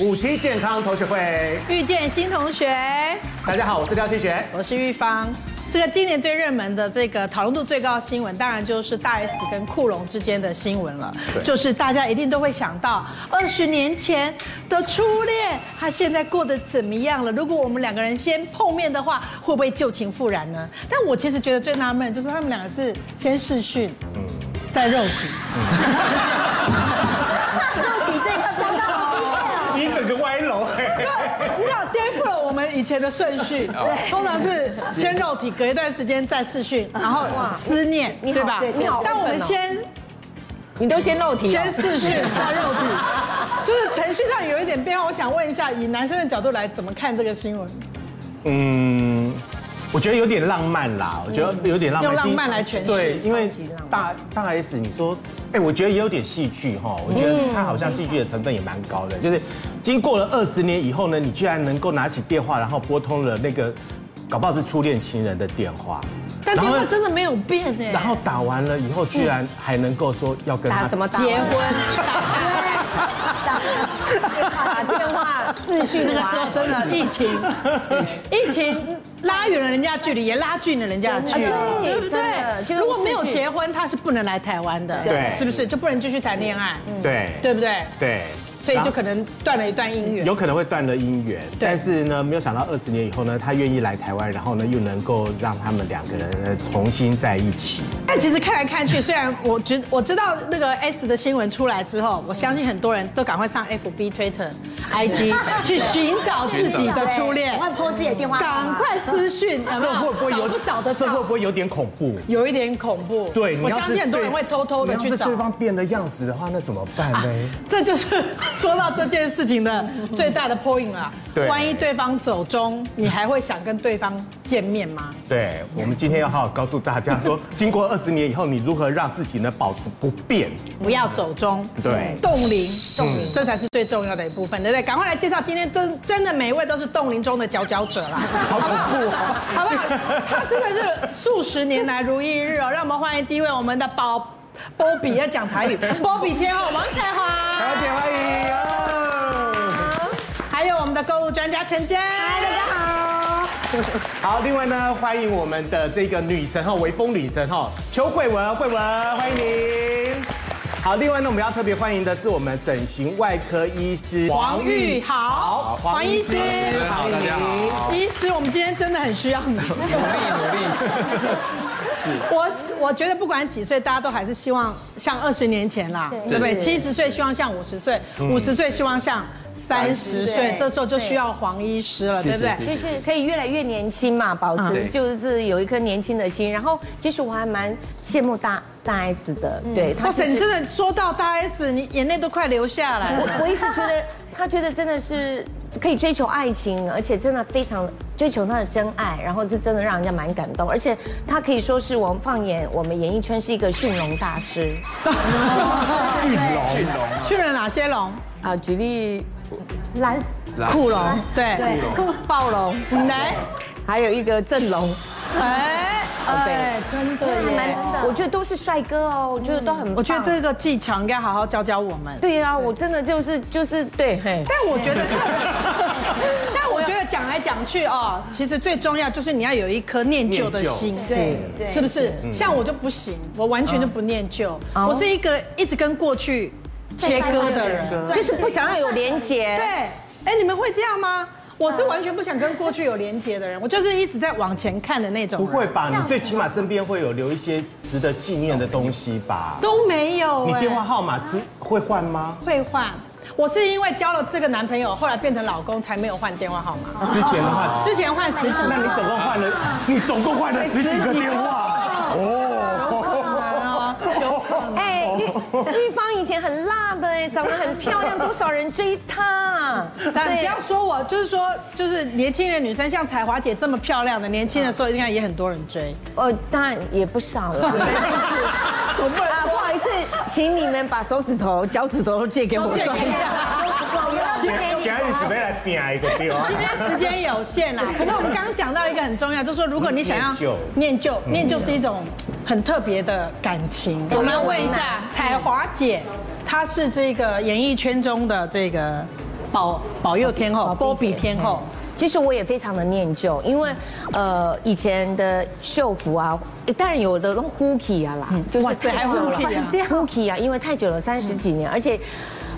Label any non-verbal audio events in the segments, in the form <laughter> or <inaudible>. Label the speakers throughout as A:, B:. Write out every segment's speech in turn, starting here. A: 五期健康同学会，
B: 遇见新同学，
A: 大家好，我是廖新学。
B: 我是玉芳。这个今年最热门的这个讨论度最高的新闻，当然就是大 S 跟库龙之间的新闻了。
A: 对
B: 就是大家一定都会想到二十年前的初恋，他现在过得怎么样了？如果我们两个人先碰面的话，会不会旧情复燃呢？但我其实觉得最纳闷的就是他们两个是先试训，再肉体。嗯 <laughs>
C: 肉体这个刚刚好
A: 你整个歪楼哎、
B: 你想颠覆了我们以前的顺序，
C: 哦
B: 通常是先肉体，隔一段时间再试训，然后思念，
C: 你好
B: 对吧？
C: 对你好
B: 但我
C: 过分
B: 们
C: 哦
B: 先
C: 你都先肉体哦
B: 先试训，再肉体， <laughs> 就是程序上有一点变化。我想问一下，以男生的角度来怎么看这个新闻？
A: 嗯，我觉得有点浪漫啦，我觉得有点浪漫，
B: 用浪漫来诠释
A: 对，因为
C: 超级浪漫
A: 大大 S，你说，哎，我觉得也有点戏剧哈，我觉
B: 嗯
A: 得它好像戏剧的成分也蛮高的，就是经过了二十年以后呢，你居然能够拿起电话，然后拨通了那个，搞不好是初恋情人的电话，
B: 但
A: 然
B: 电
A: 后
B: 话真的没有变哎，
A: 然后打完了以后，居然还能够说要跟他
C: 打什么打？
B: 结婚，
C: 打打电话、视讯啊
B: 那个时候
C: 完，
B: 真的疫情，疫情拉远了人家的距离，也拉近了人家的距离，
A: 啊
C: 真的
B: 对不
C: 真的就
B: 对？
C: 是
B: 如果没有结婚，他是不能来台湾的，
A: 对
B: 是不是就不能继续谈恋爱？
A: 对
B: 对不对？
A: 对，
B: 所以
A: 然后
B: 就可能断了一段姻缘。
A: <laughs> 有可能会断了姻缘，
B: 对
A: 但是呢，没有想到二十年以后呢，他愿意来台湾，然后呢，又能够让他们两个人呢重新在一起。
B: 但其实看来看去，虽然我知我知道那个 S 的新闻出来之后，我相信很多人都赶快上 FB、Twitter、IG
A: <laughs>
B: 去寻找自己的初恋，
C: 快拨自己的电话，
B: 赶快私讯，有没
A: 这
B: 有
A: 会不会有
B: 找不找得
A: 这会
B: 到
A: 不？会有点恐怖？
B: 有一点恐怖，
A: 对，你
B: 我
A: 要
B: 相
A: 是
B: 信很多人
A: 对
B: 会偷偷的
A: 你要
B: 去
A: 是
B: 找
A: 对。方变了样子的话，那怎么办呢？
B: <laughs> 这就是说到这件事情的最大的 point 了。
A: 对
B: 万一对方走中，你还会想跟对方见面吗？
A: 对我们今天要好好告诉大家说，经过二十年以后，你如何让自己呢保持不变？
B: 不要走中，
A: 对嗯
B: 冻龄，冻龄，这才是最重要的一部分，对不对？赶快来介绍，今天真真的每一位都是冻龄中的佼佼者啦，
A: <laughs> 好恐怖哦！
B: 好不好？他真的是数十年来如一日哦，让我们欢迎第一位我们的宝。波比要讲
A: <laughs>
B: 台语，波比天后王彩华，
A: 小姐欢迎哦。
B: 还有我们的购物专家陈真，嗨，大家好。
A: 好，另外呢，欢迎我们的这个女神哈，微风女神哈，邱慧文，慧文，欢迎您。好，另外呢，我们要特别欢迎的是我们整形外科医师
B: 黄玉豪，黄医师，
D: 好，大家好，
B: 医师，我们今天真的很需要你。
D: 努力努力。
B: 我我觉得不管几岁，大家都还是希望像二十年前啦，对不对？七十岁希望像五十岁，五十岁希望像三十岁
C: 对，
B: 这时候就需要黄医师了，对不对？
C: 就是可以越来越年轻嘛，保持
B: 嗯
D: 对
C: 就是有一颗年轻的心。然后其实我还蛮羡慕大大 S 的，对
B: 哇
C: 她就
B: 塞，你
C: 是
B: 真的说到大 S，你眼泪都快流下来了。
C: 我我一直觉得她觉得真的是可以追求爱情，而且真的非常追求她的真爱，然后是真的让人家蛮感动。而且她可以说是我们放眼我们演艺圈是一个驯龙大师。
A: 俊龙，
B: 去了哪些龙？
C: 啊，举例蓝，
B: 库龙，对，暴龙，来，
C: 还有一个正龙，
B: 哎，哎，真的耶。
C: 我觉得都是帅哥哦，我觉得都很棒，
B: 我觉得这个技巧应该好好教教我们。
C: 对啊，我真的就是就是对，嘿，
B: 但我觉得， <laughs> 但我觉得讲来讲去哦，其实最重要就是你要有一颗念旧的心，
C: 对
B: 对，是不是？
C: 嗯
B: 像我就不行，我完全就不念旧，
C: 哦
B: 我是一个一直跟过去切割的人。
C: 就是不想要有连结，
B: 对，哎，你们会这样吗？我是完全不想跟过去有连接的人，我就是一直在往前看的那种
A: 不
B: 人。
A: 会吧？你最起码身边会有留一些值得纪念的东西吧？
B: 都没有
A: 你
B: 哎
A: 电话号码只会换吗？
B: 会换，我是因为交了这个男朋友，后来变成老公才没有换电话号码，
A: 之前的话，
B: 之前换十几
A: 那你总共换了，你总共换了十几个电话哦。
B: 哦
C: 哎，玉玉芳以前很辣的哎，长得很漂亮，多少人追她？
B: 但不要说我，就是说，就是年轻的女生，像彩华姐这么漂亮的，年轻的时候应该也很多人追。
C: 呃，当然也不少了，但是。啊，不好意思，请你们把手指头、脚趾头借给我算一
A: 等
C: 下。
A: 等一下你准备来拼一个电话
B: 今。天时间有限 <laughs> 啦，不过我们刚刚讲到一个很重要，就是说如果你想要
A: 念旧
B: 念旧，嗯念旧是一种很特别的感情。我嗯们要问一下彩华姐，她是这个演艺圈中的这个保保佑天后，
C: 波
B: 波比天后。
C: 其实我也非常的念旧，因为呃以前的秀服啊，当然有的都 hooky 啊啦，就
B: 嗯
C: 是
B: 哇塞还有
C: 旧
B: hooky 啊
C: <laughs> hooky 啊，因为太久了，三十几
B: 嗯
C: 年，而且。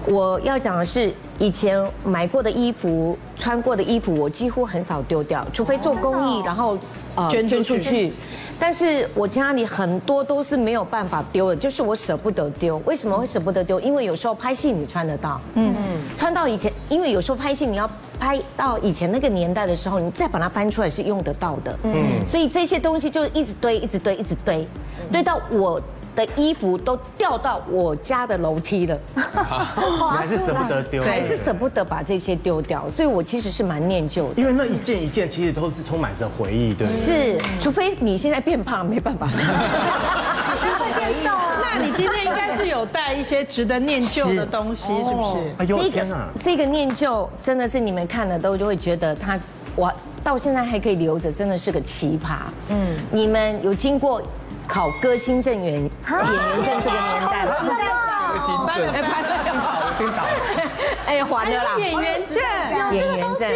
C: 我要讲的是，以前买过的衣服、穿过的衣服，我几乎很少丢掉，除非
B: 哦
C: 做公益，然后呃
B: 捐出去
C: 去。但是我家里很多都是没有办法丢的，就是我舍不得丢。为什么会舍不得丢？因为有时候拍戏你穿得到，嗯，穿到以前，因为有时候拍戏你要拍到以前那个年代的时候，你再把它翻出来是用得到的，嗯，所以这些东西就一直堆，一直堆，一直堆，堆到我。的衣服都掉到我家的楼梯了，
A: 你还是舍不得丢，
C: 还是舍不得把这些丢掉，所以我其实是蛮念旧的。
A: 因为那一件一件其实都是充满着回忆，对不对？
C: 是，除非你现在变胖，没办法穿。 <laughs>
E: 会变瘦啊。
B: 那你今天应该是有带一些值得念旧的东西，是哦不是？
A: 哎呦
C: 这
A: 天哪
C: 个！这个念旧真的是你们看了都就会觉得他，我到现在还可以留着，真的是个奇葩。嗯，你们有经过考歌星证演演员证这个年代吗？
D: 新
B: 翻
D: 政
B: 了翻了，
C: 哎，还了啦，
B: 演员证。
C: 演员证。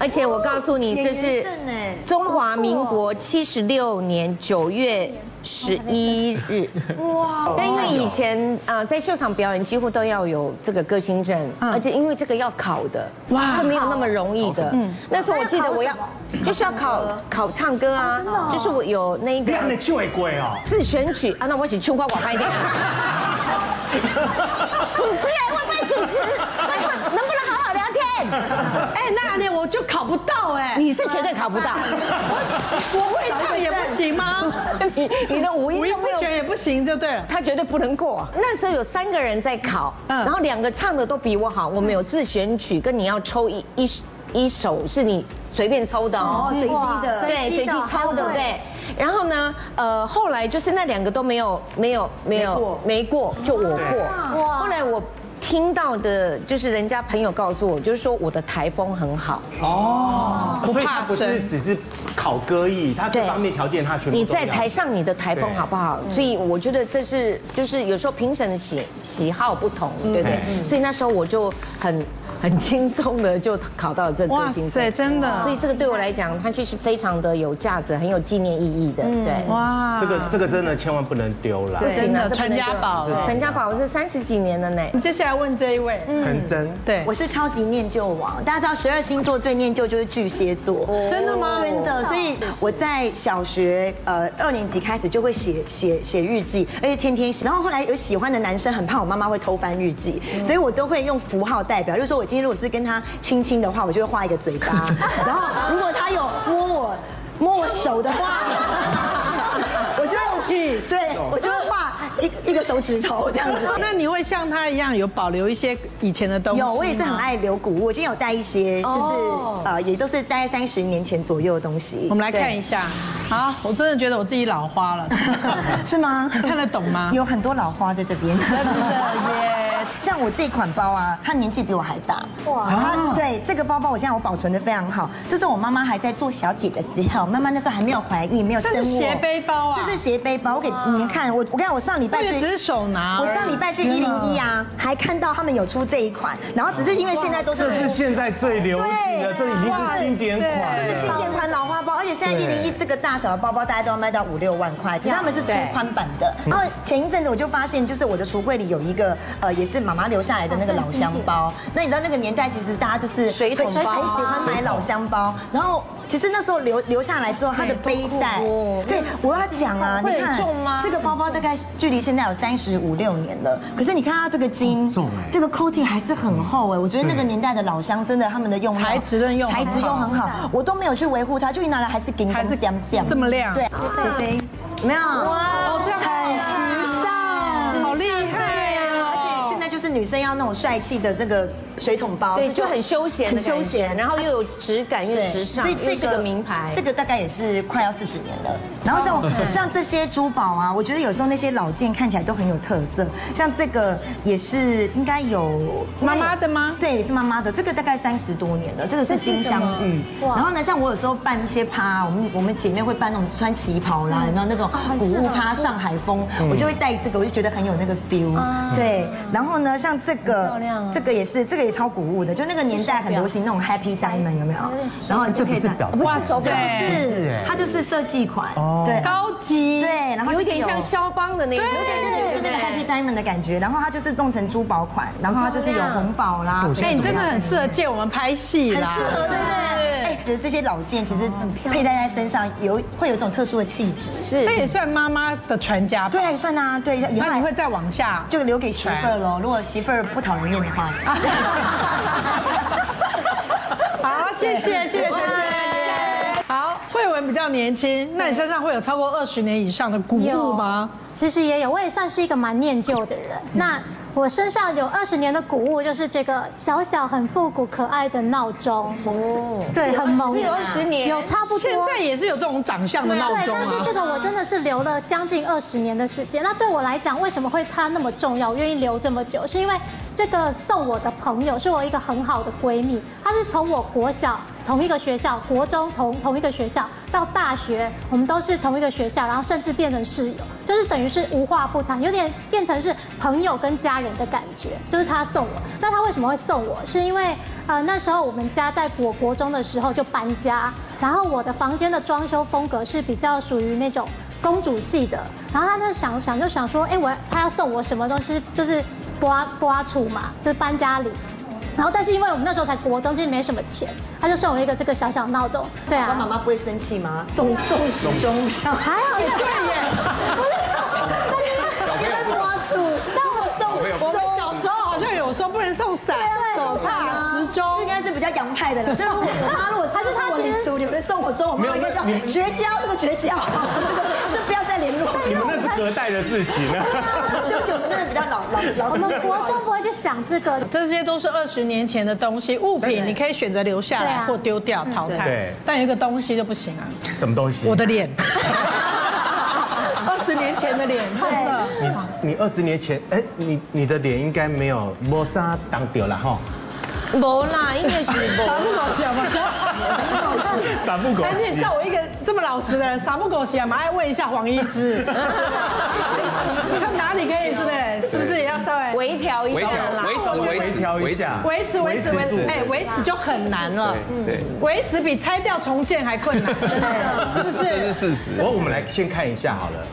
C: 而且我告诉你，这
E: 演员
C: 是
E: 证哎
C: 中华民国七十六年九月十一日。哇！但因为以前啊，在秀场表演几乎都要有这个歌星证，而且因为这个要考的，嗯哇，这没有那么容易的。那时候我记得我要就是要考考唱歌啊，就是我有那
A: 你
C: 个
A: 让你去违规哦，
C: 自选曲啊，那我一起唱歌，我拍 <laughs> 的。主持人会不会主持？会不会能不能好好聊天？
B: 哎，那年我就考不到哎，
C: 你是绝对考不到，
B: 我会唱也不行 <laughs> 吗？
C: 你你的五音
B: 五音
C: 都
B: 不
C: 没有，
B: 全也不行就对了。
C: 他绝对不能过。那时候有三个人在考，
B: 嗯
C: 然后两个唱的都比我好，我们有自选曲，跟你要抽一一一首是你随便抽的哦
E: 哦，随机的
C: 对，随
E: 随机
C: 机
E: 的
C: 抽的，
E: 还会
C: 对。然后呢，呃，后来就是那两个都没有没有没有没过，就我过。后来我。听到的就是人家朋友告诉我，就是说我的台风很好，
A: 所以他不是
B: 生
A: 只是考歌艺，他各
C: 对
A: 方面条件他全部
C: 你
A: 都要
C: 在台上你的台风
A: 对
C: 好不好？
B: 嗯
C: 所以我觉得这是就是有时候评审的喜喜好不同，对不对？
D: 嗯
B: 嗯
C: 所以那时候我就很很轻松的就考到了这个
B: 哇
C: 歌星
B: 塞，真的，
C: 所以这个对我来讲，它其实非常的有价值，很有纪念意义的，对。
B: 嗯哇，
A: 这个这个真的千万不能丢啦。
C: 不行
B: 真
C: 啊
B: 的
C: 这不
B: 传
C: 能
B: 家宝
C: 丢传家宝是三十几年了呢。
B: 接下来问这一位，
A: 陈真，
B: 对
E: 我，是超级念旧王，大家知道十二星座最念旧就是巨蟹座，
B: 哦真的吗
E: 真的，所以我在小学呃二年级开始就会写写写日记，而且天天写。然后后来有喜欢的男生，很怕我妈妈会偷翻日记，
B: 嗯
E: 所以我都会用符号代表。就是说我今天如果是跟他亲亲的话，我就会画一
B: <laughs>
E: 个嘴巴，然后如果他有摸我摸我手
B: <laughs>
E: 的话。我就会，对我就会画一一个手指头这样子。
B: 那你会像他一样有保留一些以前的东西吗？哦
E: 有，我也是很爱留古物，我今天有带一些，就是、呃，也都是大概三十年前左右的东西。
B: 我们来看一
E: 下，
B: 下。好，我真的觉得我自己老花
E: <laughs>
B: 了，
E: 是吗？
B: 你看得懂吗？
E: <laughs> 有很多老花在这边。
B: 真的耶。
E: <laughs> 像我这款包啊，它年纪比我还大。哇！它对，这个包包我现在我保存的非常好。这是我妈妈还在做小姐的时候，妈妈那时候还没有怀孕，没有生我。
B: 这是斜背包啊
E: 这是斜背包，我给你们看，我我看我上礼拜
B: 这
E: 去
B: 个只是手拿
E: 我
B: 而已，
E: 上礼拜去一零一啊，还看到他们有出这一款，然后只是因为现在都是
A: 这是现在最流行
B: 啊
A: 的，
E: 对
A: 这已经是经典款
E: 这是
C: 啊
E: 经
A: 了。
E: 典款老花包，而且现在一零一这个大小的包包，大家都要卖到五六万块，只是他们是出宽版的。
C: 嗯
E: 然后前一阵子我就发现，就是我的橱柜里有一个呃，也是妈妈留下来的那个老香包。那你知道那个年代，其实大家就是
C: 嗯水桶包啊
E: 很喜欢买老香包。然后其实那时候留留下来之后，它的背带，对，我要讲啊，你看
C: 重吗
E: 这个包包大概距离现在有三十五六年了，可是你看它这个
C: 哦
E: 金，
A: 重
C: 欸
A: 哎
E: 这个 coating 还是很厚哎，我觉得那个年代的老香真的他们的用料
B: 材质的用
E: 哦材质
B: 很好
E: 用很好，我都没有去维护它，就一拿来还是给
B: 还是
E: 亮亮
B: 这么亮
E: 对，菲菲有没有，哇，
B: 嗯哦这样
E: 很时尚，
B: 好厉害
E: 而且
B: 哦！
E: 现在就是女生要那种帅气的那个水桶包，
C: 对，
E: 这
C: 就很休闲，
E: 很休闲，
C: 然后又有质感，又时尚，又是个名牌
E: 这。个大概也是快要四十年了。然后像我 <laughs> 像这些珠宝啊，我觉得有时候那些老件看起来都很有特色，像这个也是应该有
B: 妈妈的吗
E: 对，也是妈妈的。这个大概三十多年了，这个是金镶玉。然后呢，像我有时候办一些趴，我们我们姐妹会办那种穿旗袍啦，然后那种
A: 嗯
E: 古物趴、上海风，我就会带这个，我就觉得很有那个 feel。对，然后呢，像这个，
C: 漂亮啊
E: 这个也是，这个也超鼓舞的，就那个年代很流行那种 Happy Diamond 有没有？然后你就可以
A: 这不是
E: 戴
A: 表
E: 哦不
A: 哇
E: 是手表，
B: 对
A: 不是
E: 是
A: 哎
E: 它就是设计款，
A: 哦
E: 对，
B: 高级，
E: 对，然后
C: 有
E: 就是
C: 点像肖邦的那种感觉，
E: 就是那个 Happy Diamond 的感觉，然后它就是弄成珠宝款，然后它就是
C: 很
E: 有
C: 漂亮
E: 红宝啦，
A: 哦我现
B: 哎，
A: 在
B: 你真的很适合借我们拍戏啦，
E: 很适合对不
B: 是
E: 对？哎，哦觉得这些老件其实佩戴在身上有会有一种特殊的气质，
C: 是
B: 那也算妈妈的传家宝。
E: 对，算啊，对，以后
B: 那
E: 还
B: 你会再往下？
E: 就留给媳妇儿喽。如果媳妇儿不讨人厌的话，
B: 好，谢谢，谢谢珍珍。好，慧文比较年轻，那你身上会有超过二十年以上的古物吗？
F: 其实也有，我也算是一个蛮念旧的人。
C: 嗯
F: 那我身上有二十年的古物，就是这个小小很复古可爱的闹钟，对，很萌，啊
C: 有20年
F: 有差不多。啊
B: 现在也是有这种长相的闹
F: 对，
B: 钟啊
F: 但是
B: 吗
F: 这？个我真的是留了将近二十年的时间。那对我来讲，为什么会它那么重要？我愿意留这么久，是因为这个送我的朋友是我一个很好的闺蜜，她是从我国小同一个学校，国中同同一个学校，到大学我们都是同一个学校，然后甚至变成室友，就是等于是无话不谈，有点变成是朋友跟家人的感觉。就是她送我，那她为什么会送我？是因为呃那时候我们家在我国中的时候就搬家，然后我的房间的装修风格是比较属于那种公主系的。然后他那想想就想说，哎，我他要送我什么东西，就是刮刮出嘛，就是搬家礼。然后但是因为我们那时候才国中，其实没什么钱，他就送我一个这个小小闹钟。对
E: 爸爸妈
F: 啊，
E: 妈不会生气吗？ <laughs> 送送时钟 <laughs> 哎上，
F: 还好对耶，不是
D: 小朋友不懂，
F: 但我送
D: 小朋友不
B: 我
D: 懂
B: 们小时候好像有说不能送伞、手
F: 啊
B: 帕、时钟
E: 啊这应。该是比较洋派的了。但是我妈如果他 <laughs>
F: 他
E: 就
F: 就是是
E: 他
F: 他
E: 我
F: 其实
E: 领主，你们送我钟，我妈应该叫绝交，这个绝交， <laughs> 这个不要再联络。
A: 你们那是隔代的事情啊。
E: 对不起，我们真的比较老老老。
F: 我们国中不会去想这个。
B: 这些都是二十年前的东西，物品你可以选择留下
F: 对
B: 来
F: 啊
B: 或丢掉淘汰
A: 对，
B: 但有一个东西就不行啊，
A: 什么东西？
B: 我的 <laughs> 脸，二十年前的脸，真的。
A: 你你二十年前，哎，你你的脸应该没有磨砂挡掉了哈，
C: 无啦，应该是
B: 傻不狗血嘛，
A: 长不狗
B: 而哎且你知道我一个这么老实的人，傻不狗血嘛，还问一下黄医 <laughs> 师，看哪里可以是不是？是不是也要稍微
C: 微调一
D: 微
C: 下
D: 调
C: 啦。
D: 维持维持
A: 微调一下
B: 哦维持维持维
A: 维持
B: 持，
A: 住
B: 哎，维持就很难了，
G: 嗯
D: 对，
B: 维持比拆掉重建还困 <laughs> 难，真的是不
D: 这是
B: 是？
D: 事实。
A: 我我们来先看一下好了，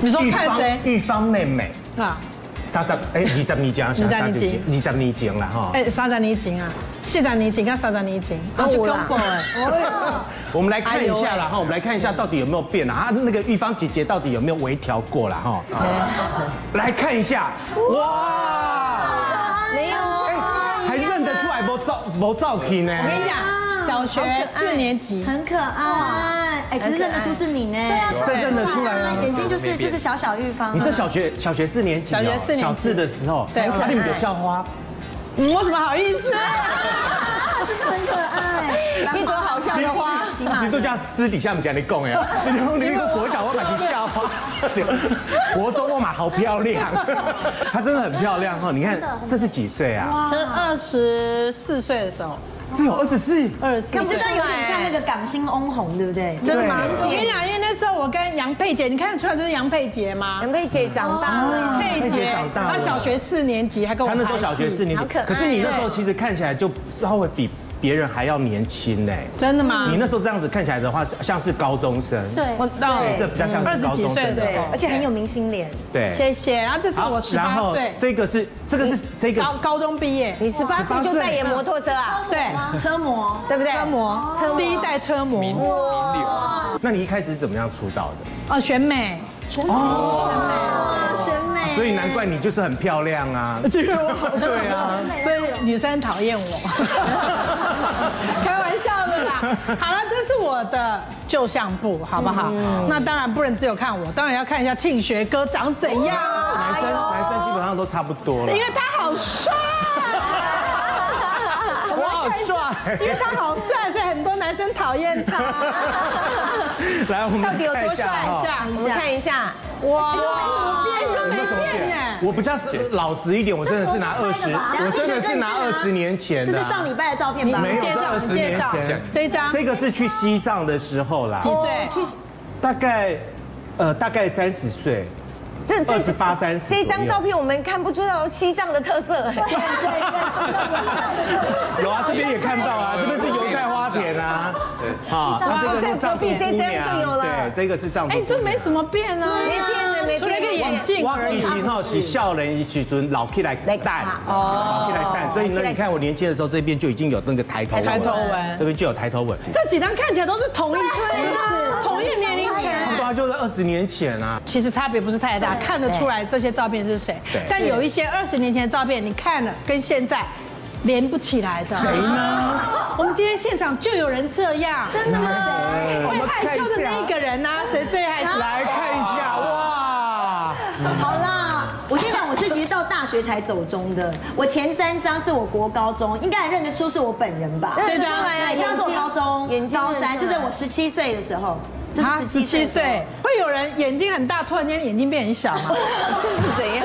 B: 你说
A: 玉
B: 看
A: 芳
B: 谁
A: 玉芳妹妹，
B: 啊？
A: 三十哎二十年前，
B: 十年前
A: 二十年前了哈。
B: 哎，三十年前啊，四十年前跟三十年前，啊，就
C: 有
B: 跟
C: 啦
B: 过哎，
A: 我们来看一下啦哈，我们来看一下到底有没有变啊？啊那个玉芳姐姐到底有没有微调过啦哈？啊来看一下，哇，哎
C: 没有啊，
A: 还认得出来不照不照片呢？
B: 我跟你讲，哎小学哎四年级，
E: 很可爱，哎，其实认得出是你呢，
A: 这认得出来啊
E: 眼睛就是就是小小玉啊芳
A: 你，这小学小学四年级哦，
B: 小学四年级
A: 小四的时候，
B: 对
A: 那你们的校花
B: 嗯，我怎么好意思？
E: 真的很可爱，
C: 一朵好笑的花。
E: 起码
A: 你都叫私底下唔讲你
B: <laughs>
A: 讲哎，你讲你那个国小我嘛是校花，对 <laughs> 国中我嘛好漂亮， <laughs> 她真的很漂亮哦哈。你看这是几岁啊？
B: 这二十四岁的时候，
A: 这有二十四，
B: 二十四
E: 看不出来有点
B: 哎
E: 像那个港星翁虹，对不对？
A: 真的吗
B: 我跟你讲，因为那时候我跟杨佩姐，你看得出来这是杨佩姐吗？
C: 杨佩姐长大了，
B: 嗯佩
A: 佩姐长大了
B: 她小学四年级，哦还跟我
A: 她那时候
B: 拍戏
A: 小学四年级，
C: 好可爱
A: 可是你那时候其实看起来就稍微比别人还要年轻呢。
B: 真的吗
A: 你？那时候这样子看起来的话，像像是高中生，
F: 对，
B: 我哦到
A: 这比较像
B: 二
A: 是
B: 十
A: 高
B: 几
A: 中
B: 岁
A: 生
B: 的时
A: 的，
E: 对
B: 候，，
E: 而且很有明星脸，
A: 对。
B: 谢谢。然后这是
A: 哎好
B: 我十
A: 然
B: 八
A: 后
B: 岁，
A: 这个是这个是这个
B: 高高中毕业，
C: 你十八岁就代言摩托车啊，
B: 对
E: 车模。
C: 对不对？
B: 车模，第一代车模，
D: 哇，
A: 那你一开始怎么样出道
B: 哦，选
A: <laughs>
B: 美，
E: 选美
A: 的？啊所以难怪你就是很漂亮啊。对啊，
B: <laughs> 所以女生讨
A: <laughs>
B: 厌我，开玩笑的啦。好了，这是我的旧相簿，好不好？
A: 嗯
B: 那当然不能只有看我，当然要看一下庆学哥长怎样啊，
A: 男生男生基本上都差不多了
B: 因。为他好帅。啊
A: <laughs> 我好帅
B: <laughs> 因为他好帅，所以很多男生讨
A: <laughs>
B: 厌他。
A: 来，我们
C: 到底有多
A: 看一
C: 帅
A: 下哈？
C: 我们看一下，
B: 哇，
C: 都
B: 都没变
H: 嗯
B: 呢。
A: 我比较老实一点，我真的是拿二十，我真
H: 啊
A: 的是拿二十年前
E: 这
A: 的
E: 是
A: 啊。
E: 上礼拜的照片吧？
A: 没有
B: 介绍，
A: 二
B: 我
A: 十
B: 们
A: 年
B: 介绍
A: 前
B: 这一张，
A: 这个是去西藏的时候啦，
B: 几岁？
A: 大概呃大概三十岁，
C: 这这
A: 28 30
C: 这张
A: 左右
C: 照片我们看不出到西藏的特 <laughs> 色。
A: 有啊，这边也看到啊，这边是油菜花田啊，对，啊，那这个是藏族姑
C: 在隔壁这张就有
A: 娘，
C: 了
A: 对，这个是藏族姑
H: 哎
A: 娘，，
H: 这没什么变啊，
C: 没变的没变的
H: 除了一个眼镜
A: 我
H: 而
A: 以
H: 已。
A: 前吼是少年时阵老起来蛋，
H: 哦
A: 老起来蛋，所以呢，你看我年轻的时候这边就已经有那个抬头纹，
H: 抬头纹
A: 这边就有抬头纹，
H: 这几张看起来都是同一次，同一年龄层。
A: 差不多就是二十年前啊。
B: 其实差别不是太大，看得出来这些照片是谁
A: 对。
B: 但有一些二十年前的照片，你看了跟现在连不起来的。谁呢？ <laughs> 我们今天现场就有人这样，真的吗？会害羞的那一个人呢？啊谁最害羞？
A: 来看一下，哇，
E: 好啦，我跟你讲，我是其实到大学才走中的。我前三张是我国高中，应该还认得出是我本人吧？
B: 这张
E: 对，这张是我高中，
C: 眼睛
E: 高
C: 认出来
E: 三，就是我十七岁的时候，这
B: 他
E: 是
B: 十七
E: 的时候
B: 岁，哦会有人眼睛很大，突然间眼睛变很小 <laughs> 吗？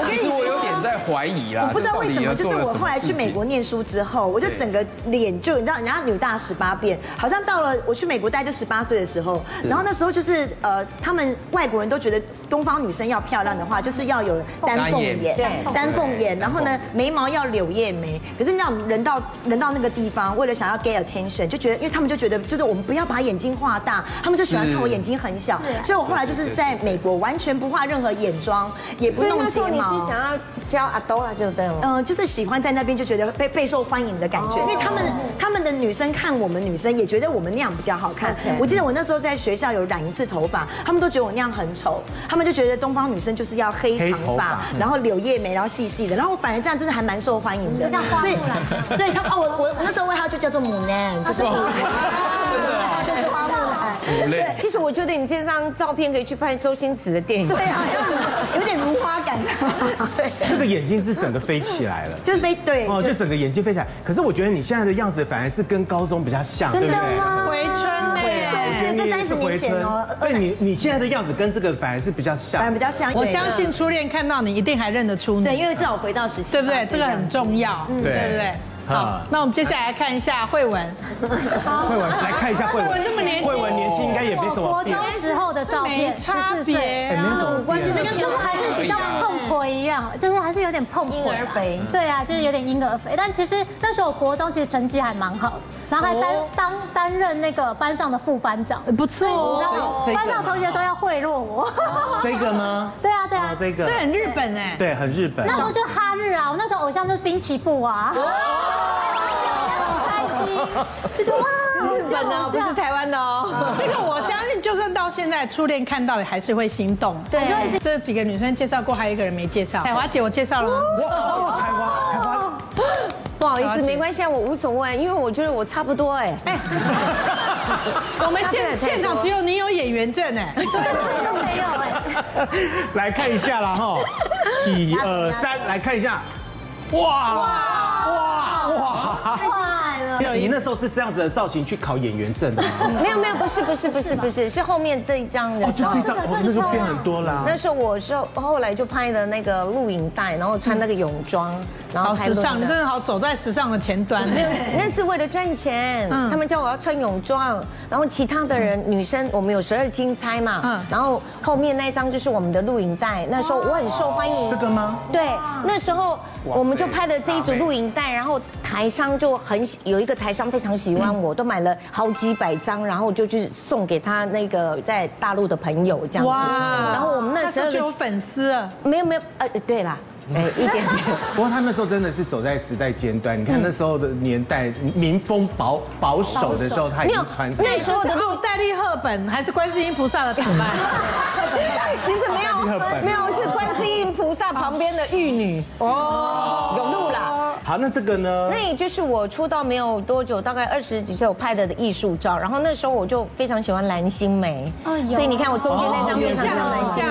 G: 其实我有点在怀疑啦，
E: 我不知道为什么，
G: 这
E: 就
G: 啊
E: 是
G: 到底有做了
E: 我
G: 什么
E: 后来去美国念书之后，我就整个脸就你知道，人家女大十八变，好像到了我去美国大概就十八岁的时候，然后那时候就是呃，他们外国人都觉得东方女生要漂亮的话，就是要有丹凤
G: 单眼
E: 眼，
C: 对
E: 单凤眼，
G: 对
E: 然后呢
G: 单凤
E: 眉毛要柳叶眉。可是你知道，人到人到那个地方，为了想要 get attention，就觉得，因为他们就觉得，就是我们不要把眼睛画大，他们就喜欢看我眼睛很小，所以我后来就是在美国完全不画任何眼妆，也不
C: 所以
E: 弄
C: 那时
E: 睫
C: 候你
E: 毛
C: 是。想要教阿兜啊，就对了。
E: 嗯、就是喜欢在那边就觉得被备受欢迎的感觉，因为他们他们的女生看我们女生也觉得我们那样比较好看。我记得我那时候在学校有染一次头发，他们都觉得我那样很丑，他们就觉得东方女生就是要黑
A: 黑
E: 长
A: 头
E: 发
A: 发，
E: 然后柳叶眉，然后细细的，然后我反而这样真的还蛮受欢迎的。
F: 就像花木兰
E: 所以对他们哦，我我那时候外号就叫做母男，就是母兰，就是花木兰。
G: 不累。
C: 其实我觉得你这张照片可以去拍周星驰的电影。
E: 对啊，有点如花感。对，
A: 这个眼睛是整个飞起来了。
E: 就是被对
A: 哦，就整个眼睛飞起来。可是我觉得你现在的样子反而是跟高中比较像，对不
E: 真
A: 对？
E: 的吗？
B: 回春呢？
A: 我觉得你也是回
E: 这30年
A: 春
E: 前哦
A: 对你你现在的样子跟这个反而是比较
E: 反而
A: 像
E: 比。较像。
B: 我相信初恋看到你一定还认得出你，
E: 对，因为至少回到十七，
B: 对不对？这嗯个很重要，对不对？好
A: 啊，
B: 那我们接下来看一下慧文，
A: 慧文来看一下慧文，
B: 这么年轻
A: 慧文年轻应该也没什
F: 我
A: 么
F: 国
A: 变，
F: 中时候的照
B: 没
F: 片，十
B: 差
F: 四岁。
B: 别
A: 哎，没
B: 啊。
A: 什
E: 哦
A: 么变。
F: 就是还是比较碰婆一样，就是还是有点碰婆
C: 婴儿肥，
F: 对啊，就是有点婴儿肥。但其实那时候国中其实成绩还蛮好的，然后还担当担任那个班上的副班长，
B: 不错
F: 你知
B: 哦，
F: 道
A: 这个
F: 班上同学都要贿赂我。
A: 这个吗？
F: 对啊对啊
A: 哦这个
B: 这很日本哎。
A: 对，很日本
F: 那。时候就哈日啊，我那时候偶像就是滨崎步啊。开心，就觉得哇，
C: 日本的哦不是台湾的哦。
B: 这个我相信，就算到现在初恋看到了，还是会心动。
C: 对
B: 还是会这几个女生介绍过，还有一个人没介绍。彩华姐，我介绍了吗？
A: 哇，哦才华才华，
C: 不好意
B: 了
C: 思，
B: 解
C: 没关系，啊，我无所谓，因为我觉得我差不多哎。
B: 哎，我们 <laughs> 现现场只有你有演员证哎，
F: 都没有哎。
A: <laughs> 来看一下啦哈，一二三，来看一下，哇哇哇！你那时候是这样子的造型去考演员证的啊吗？
C: 没有没有，不是不是不是不是，是后面这一张的
A: 哦，就
C: 时候
A: 这张，哦，那就变很多啦。
C: 那时候我是后来就拍的那个录影带，然后穿那个泳装，然后
B: 好
C: 拍
B: 时
C: 录
B: 尚，
C: 影
B: 你真
C: 带。
B: 的好走在时尚的前 <laughs> 端。
C: 那是为了赚钱，
B: 嗯
C: 他们叫我要穿泳装，然后其他的人女生我们有十二金钗嘛
B: 嗯，
C: 然后后面那一张就是我们的录影带，那时候我很受欢迎。
A: 这个吗？
C: 对，那时候
G: 哇塞
C: 我们就拍的这一组录影带，然后台商就很喜有一个台商非常喜欢我，都买了好几百张，然后就去送给他那个在大陆的朋友这样子。然后我们那时候
B: 就有
C: 就
B: 粉丝了，
C: 没有没有呃，对啦，哎一点点。
A: 不过他那时候真的是走在时代尖端，你看那时候的年代，民风保保守的时候，他已经穿
C: 那时候的
B: 录戴笠赫本还是观世音菩萨的图案，
C: <laughs> 其实没
A: 立刻
C: 有
A: 本
C: 没有是观世音菩萨旁边的玉女哦，有路啦。
A: 好，那这个呢？
C: 那也就是我出道没有多久，大概二十几岁，我拍的艺术照。然后那时候我就非常喜欢蓝心湄，
F: 哦有
C: 所以你看我中间那张
A: 哦
F: 啊
C: 非常
B: 有
C: 像蓝心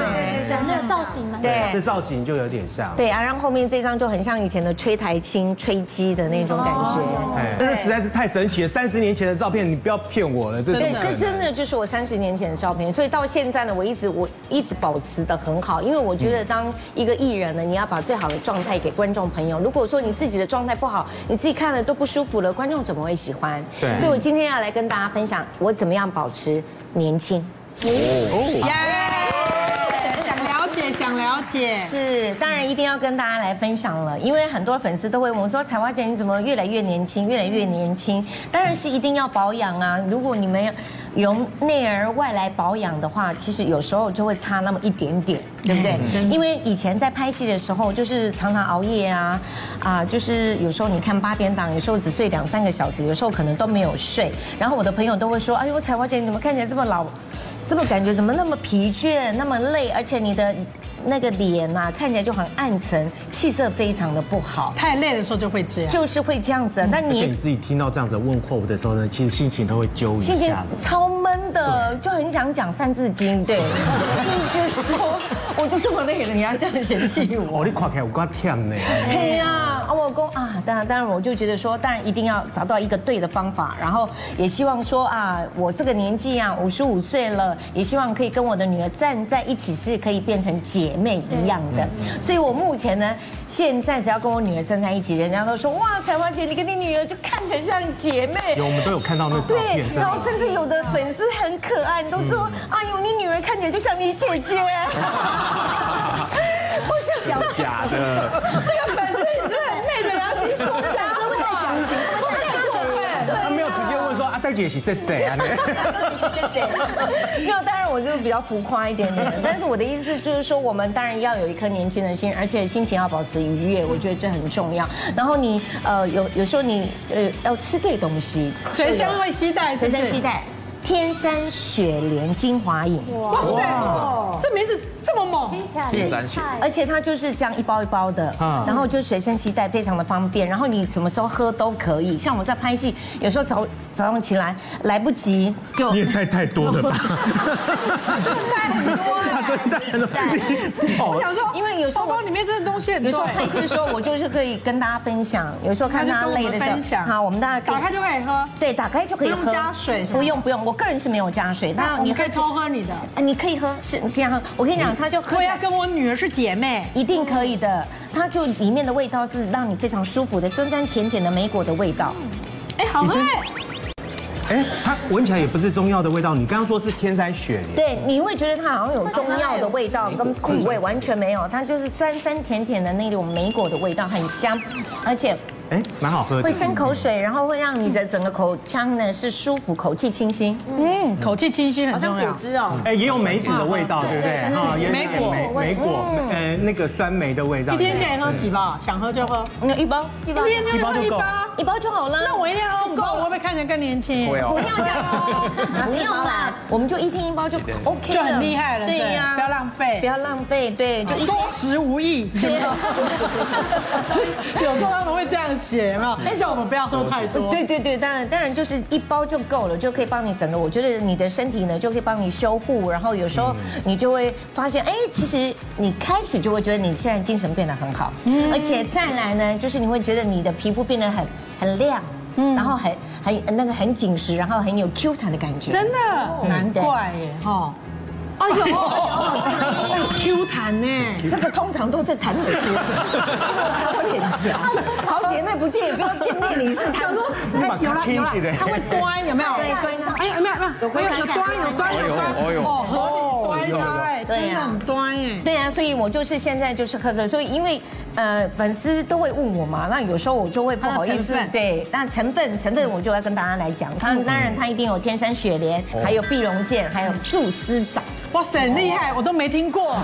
B: 像
C: 湄，
F: 那个造型嘛，
A: 这
C: 对。
A: 造型就有点像。
C: 对啊，然后后面这张就很像以前的吹台青、吹鸡的那种感觉。
A: 哎，但是实在是太神奇了，三十年前的照片，你不要骗我了，这怎
C: 对
A: 么，可
C: 这
A: 能
C: 真的就是我三十年前的照片，所以到现在呢，我一直我一直保持的很好，因为我觉得当一个艺人呢，你要把最好的状态给观众朋友。如果说你自己的状态不好，你自己看了都不舒服了，观众怎么会喜欢？
A: 对
C: 所以我今天要来跟大家分享我怎么样保持年轻。
B: 想了解，想了姐
C: 是，当然一定要跟大家来分享了，因为很多粉丝都会问我说：“彩花姐，你怎么越来越年轻，越来越年轻？”当然是一定要保养啊！如果你们由内而外来保养的话，其实有时候就会差那么一点点，对不对？因为以前在拍戏的时候，就是常常熬夜啊，啊，就是有时候你看八点档，有时候只睡两三个小时，有时候可能都没有睡。然后我的朋友都会说：“哎呦，彩花姐，你怎么看起来这么老？”这么感觉怎么那么疲倦，那么累，而且你的那个脸呐、看起来就很暗沉，气色非常的不好，
B: 太累的时候就会这样。嗯
C: 就是会这样子。那啊
A: 而且你
C: 你
A: 自己听到这样子的问候的时候呢，其实心情都会揪一
C: 心情
A: 下的。
C: 超闷的，就很想讲《三字经》，
B: <laughs>
C: 对，就是觉得说我就这么累了，你要这样嫌弃我。
A: 哦，你看起来有够忝呢。
C: 嘿呀、啊，我公啊，当然当然，我就觉得说，当然一定要找到一个对的方法，然后也希望说啊，我这个年纪啊，五十五岁了，也希望可以跟我的女儿站在一起，是可以变成姐妹一样
A: 嗯
C: 的。所以我目前呢，现在只要跟我女儿站在一起，人家都说哇，彩花姐，你跟你女儿就看起来像姐妹。
A: 有，我们都有看到那照
C: 对
A: 片，，真
C: 然后
A: 的。
C: 甚至有的粉丝很可爱，都说：“
A: 嗯
C: 哎呦，你女儿看起来就像你姐
A: <laughs>
C: <laughs> 姐。”我就想
A: 假的，
H: 昧着良心说的，会不会太矫情？会不会太过分？
A: 他没有直接问说啊，戴姐是在谁啊？
C: <laughs> 没有，当然我就比较浮夸一点点，但是我的意思就是说，我们当然要有一颗年轻的心，而且心情要保持愉悦，我觉得这很重要。然后你呃有有时候你呃要吃对东西，
B: 随身会携带，
C: 随
B: 是不
C: 身
B: 是
C: 携，带天山雪莲精华饮，
B: 哇塞，这名字这么猛，
G: 是沾血
C: 而且它就是这样一包一包的，
B: 啊
A: 嗯
C: 然后就随身携带，非常的方便。然后你什么时候喝都可以。像我在拍戏，有时候早早上起来来不及就
A: 你也带太多了吧？ <laughs> 他真带很多，你
B: 我
A: 哦，
B: 想说，
C: 因为有时候
B: 包
C: 我
B: 包里面真的东西很
C: 有时候
B: 多，哎
C: 开心的时候，我就是可以跟大家分享；有时候看大家累
B: 那就跟我
C: 的
B: 们分
C: 时候，
B: 享
C: 好，我们大家可以
B: 打开就可以喝，
C: 对，打开就可以喝，
B: 不用加水是吗
C: 不用不用，我个人是没有加水。那
B: 你
C: 你
B: 可
C: 可
B: 以
C: 以，
B: 偷喝你的。
C: 啊你可以喝，是这样喝。我跟你讲，它就喝
B: 我
C: 起
B: 要
C: 来
B: 啊跟我女儿是姐妹，
C: 一定可以的，它就里面的味道是让你非常舒服的，酸酸甜甜的莓果的味道。
B: 哎，好喝
A: 已经
B: 哎，
A: 哎，它闻起来也不是中药的味道，你刚刚说是天山雪莲。
C: 对，你会觉得它好像有中药的味
B: 嗯
C: 道跟苦味，完全没有，它就是酸酸甜甜的那种莓果的味道，很香，而且
A: 哎，蛮好喝的，
C: 会生口水，然后会让你的整个口腔呢是舒服，口气清新。
B: 嗯，口气清新很重要。
E: 汁哦，
A: 哎，也有梅子的味道，对不对？
C: 嗯
A: 啊，也有
B: 梅果
A: 梅梅果，呃，那个酸梅的味道。
B: 一天可以喝几包？想喝就喝，
C: 那一包
B: 一天就喝一
A: 一包就够
B: 包。
C: 一包就好了。
B: 那我一定要喝够，我会不会看起来更年轻？
G: 会
C: <laughs> 不
G: 哦
C: 要。这样哦，不用啦，我们就一天一包就 OK 了
B: 就很厉害了，
C: 对呀，
B: 不要浪费，
C: 不要浪费，对，就一
B: 多食无益。有时候他们会这样写，有哎没有？
G: 嗯
B: 但是我们不要喝太多。
C: 对对对，当然当然就是一包就够了，就可以帮你整个，我觉得你的身体呢就可以帮你修护，然后有时候你就会发现，哎，其实你开始就会觉得你现在精神变得很好，
B: 嗯
C: 而且再来呢，就是你会觉得你的皮肤变得很很亮，
B: 嗯
C: 然后很很那个很紧实，然后很有 Q 弹的感觉，
B: 真的，难怪耶，哈。哎呦哎呦，Q 弹呢？
C: 这个通常都是谈你的皮肤，他会脸颊。 <laughs> 好姐妹不见也不要见面礼是谈 <laughs> 说
B: 哎有了有了
A: 听起来，
B: 他会端有没有？
C: 对端啊
B: 哎有没有没有？有有端有端有端，
G: 哎呦哎呦
B: 哦，合理端的哎，
C: 对
B: 真
C: 呀
B: 的很端耶。
C: 对啊，所以我就是现在就是喝着，所以因为呃粉丝都会问我嘛，那有时候我就会不好意思
B: 它的成分，
C: 对，那啊成嗯分成分我就要跟大家来讲，它当然它一定有天山雪莲，还有碧龙剑，还有素丝藻，
B: 哇塞，很厉害，我都没听过。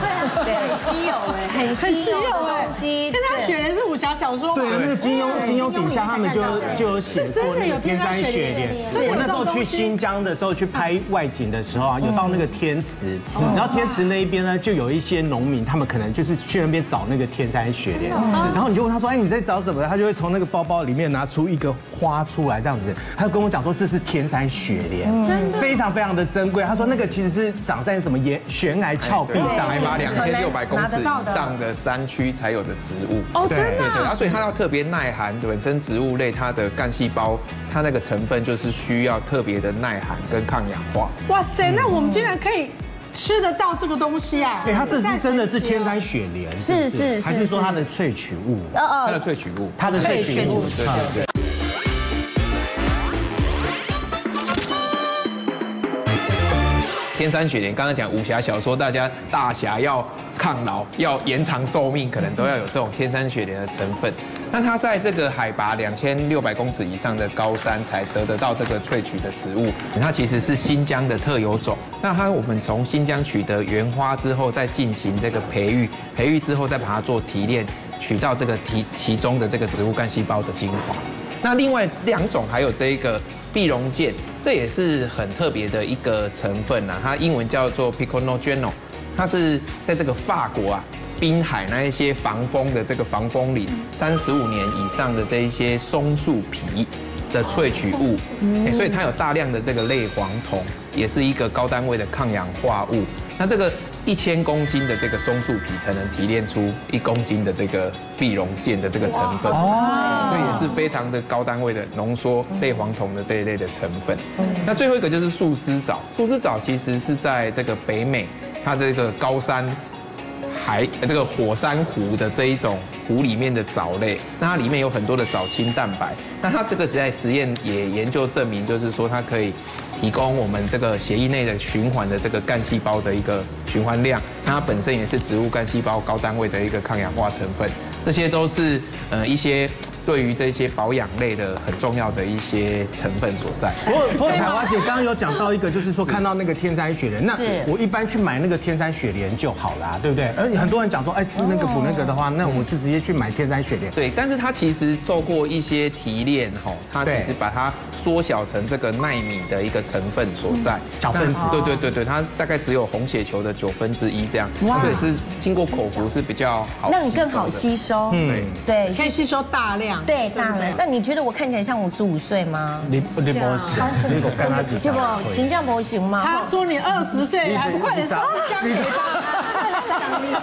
C: 对，很稀有哎，很稀有的东西，
B: 天山雪莲是武侠小说
A: 对，
B: 吗？
A: 那个金庸金庸底下他们就就有写过那个天山雪莲。
B: 是真的有
A: 我那时候
B: 天
A: 去
B: 山雪莲
A: 新疆的时候去拍外景的时候啊，有到那个天池，然后天池那一边呢就有一些农民，他们可能就是去那边找那个天山雪莲，然后你就问他说，哎，你在找什么？他就会从那个包包里面拿出一个花出来，这样子，他就跟我讲说这是天山雪莲，嗯真的非常非常的珍贵。他说那个其实是长在什么岩悬崖峭壁
G: 对，
A: 上，
G: 海拔两千六百公
C: 拿
G: 尺
C: 得到的
G: 以上的山区才有的植物。
B: 哦，真
G: 对
B: 的
G: 对，
B: 啊
G: 啊，所以它要特别耐寒，本身植物类它的干细胞，它那个成分就是需要特别的耐寒跟抗氧化。
B: 哇塞，那我们竟然可以吃得到这个东西啊！
A: 哎，它这是真的是天山雪莲，
C: 是
A: 不
C: 是是
A: 还是说它的萃取物？
E: 呃
G: 它的萃取物，
E: 哦
A: 它的萃取物。
G: 对对对。天山雪莲刚刚讲武侠小说，大家大侠要抗老，要延长寿命，可能都要有这种天山雪莲的成分。那它在这个海拔两千六百公尺以上的高山才得得到这个萃取的植物，它其实是新疆的特有种。那它我们从新疆取得原花之后，再进行这个培育，培育之后再把它做提炼，取到这个提其中的这个植物干细胞的精华。那另外两种还有这个碧溶剑，这也是很特别的一个成分啊，它英文叫做 piconogeno，它是在这个法国啊。滨海那一些防风的这个防风林，三十五年以上的这一些松树皮的萃取物，哎，所以它有大量的这个类黄酮，也是一个高单位的抗氧化物。那这个一千公斤的这个松树皮才能提炼出一公斤的这个碧溶剑的这个成分，所以也是非常的高单位的浓缩类黄酮的这一类的成分。那最后一个就是树丝藻，树丝藻其实是在这个北美，它这个高山海呃这个火山湖的这一种湖里面的藻类，那它里面有很多的藻清蛋白，那它这个在实验也研究证明，就是说它可以提供我们这个血液内的循环的这个干细胞的一个循环量，那它本身也是植物干细胞高单位的一个抗氧化成分，这些都是呃一些对于这些保养类的很重要的一些成分所在。
A: 不过，不过彩华姐刚刚有讲到一个，就是说看到那个天山雪莲，那我一般去买那个天山雪莲就好啦，对不对？而且很多人讲说，哎，吃那个补那个的话，那我就直接去买天山雪莲。
G: 对，但是啊它其实做过一些提炼，吼，它其
A: 对
G: 实把它缩小成这个纳米的一个成分所在，
A: 嗯小分子哦
G: 那对对对对，它大概只有红血球的九分之一这样，所以是经过口服是比较好，
C: 让你更好吸。收。
G: 对，
C: 对，
B: 可以
C: 是，
B: 吸收大量。
C: 对，当然。那你觉得我看起来像五十五岁吗？
A: 你你不是，你我看他几
C: 是不，形象模型吗？
B: 他说你二十岁还不快点烧香给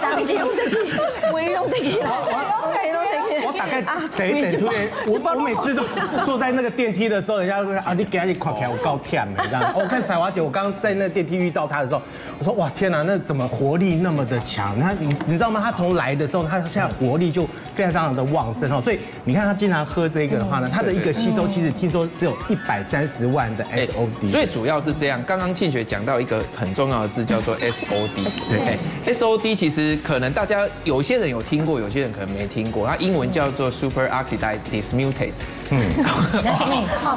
C: 当地用的，我也用的，我也用的。
A: 我大概等一等，突然我我每次都坐在那个电梯的时候，人家都说啊，你给你快开，我高跳了这样。哦我看彩华姐，我刚刚在那个电梯遇到她的时候，我说哇天哪、那怎么活力那么的强？她你你知道吗？她从来的时候，她现在活力就非常非常的旺盛哦。所以你看她经常喝这个的话呢，她的一个吸收其实听说只有一百三十万的
G: 哎
A: SOD，
G: 最主要是这样。刚刚庆学讲到一个很重要的字，叫做 SOD。对，SOD 其实可能大家有些人有听过，有些人可能没听过。它英文叫做 superoxide dismutase。嗯，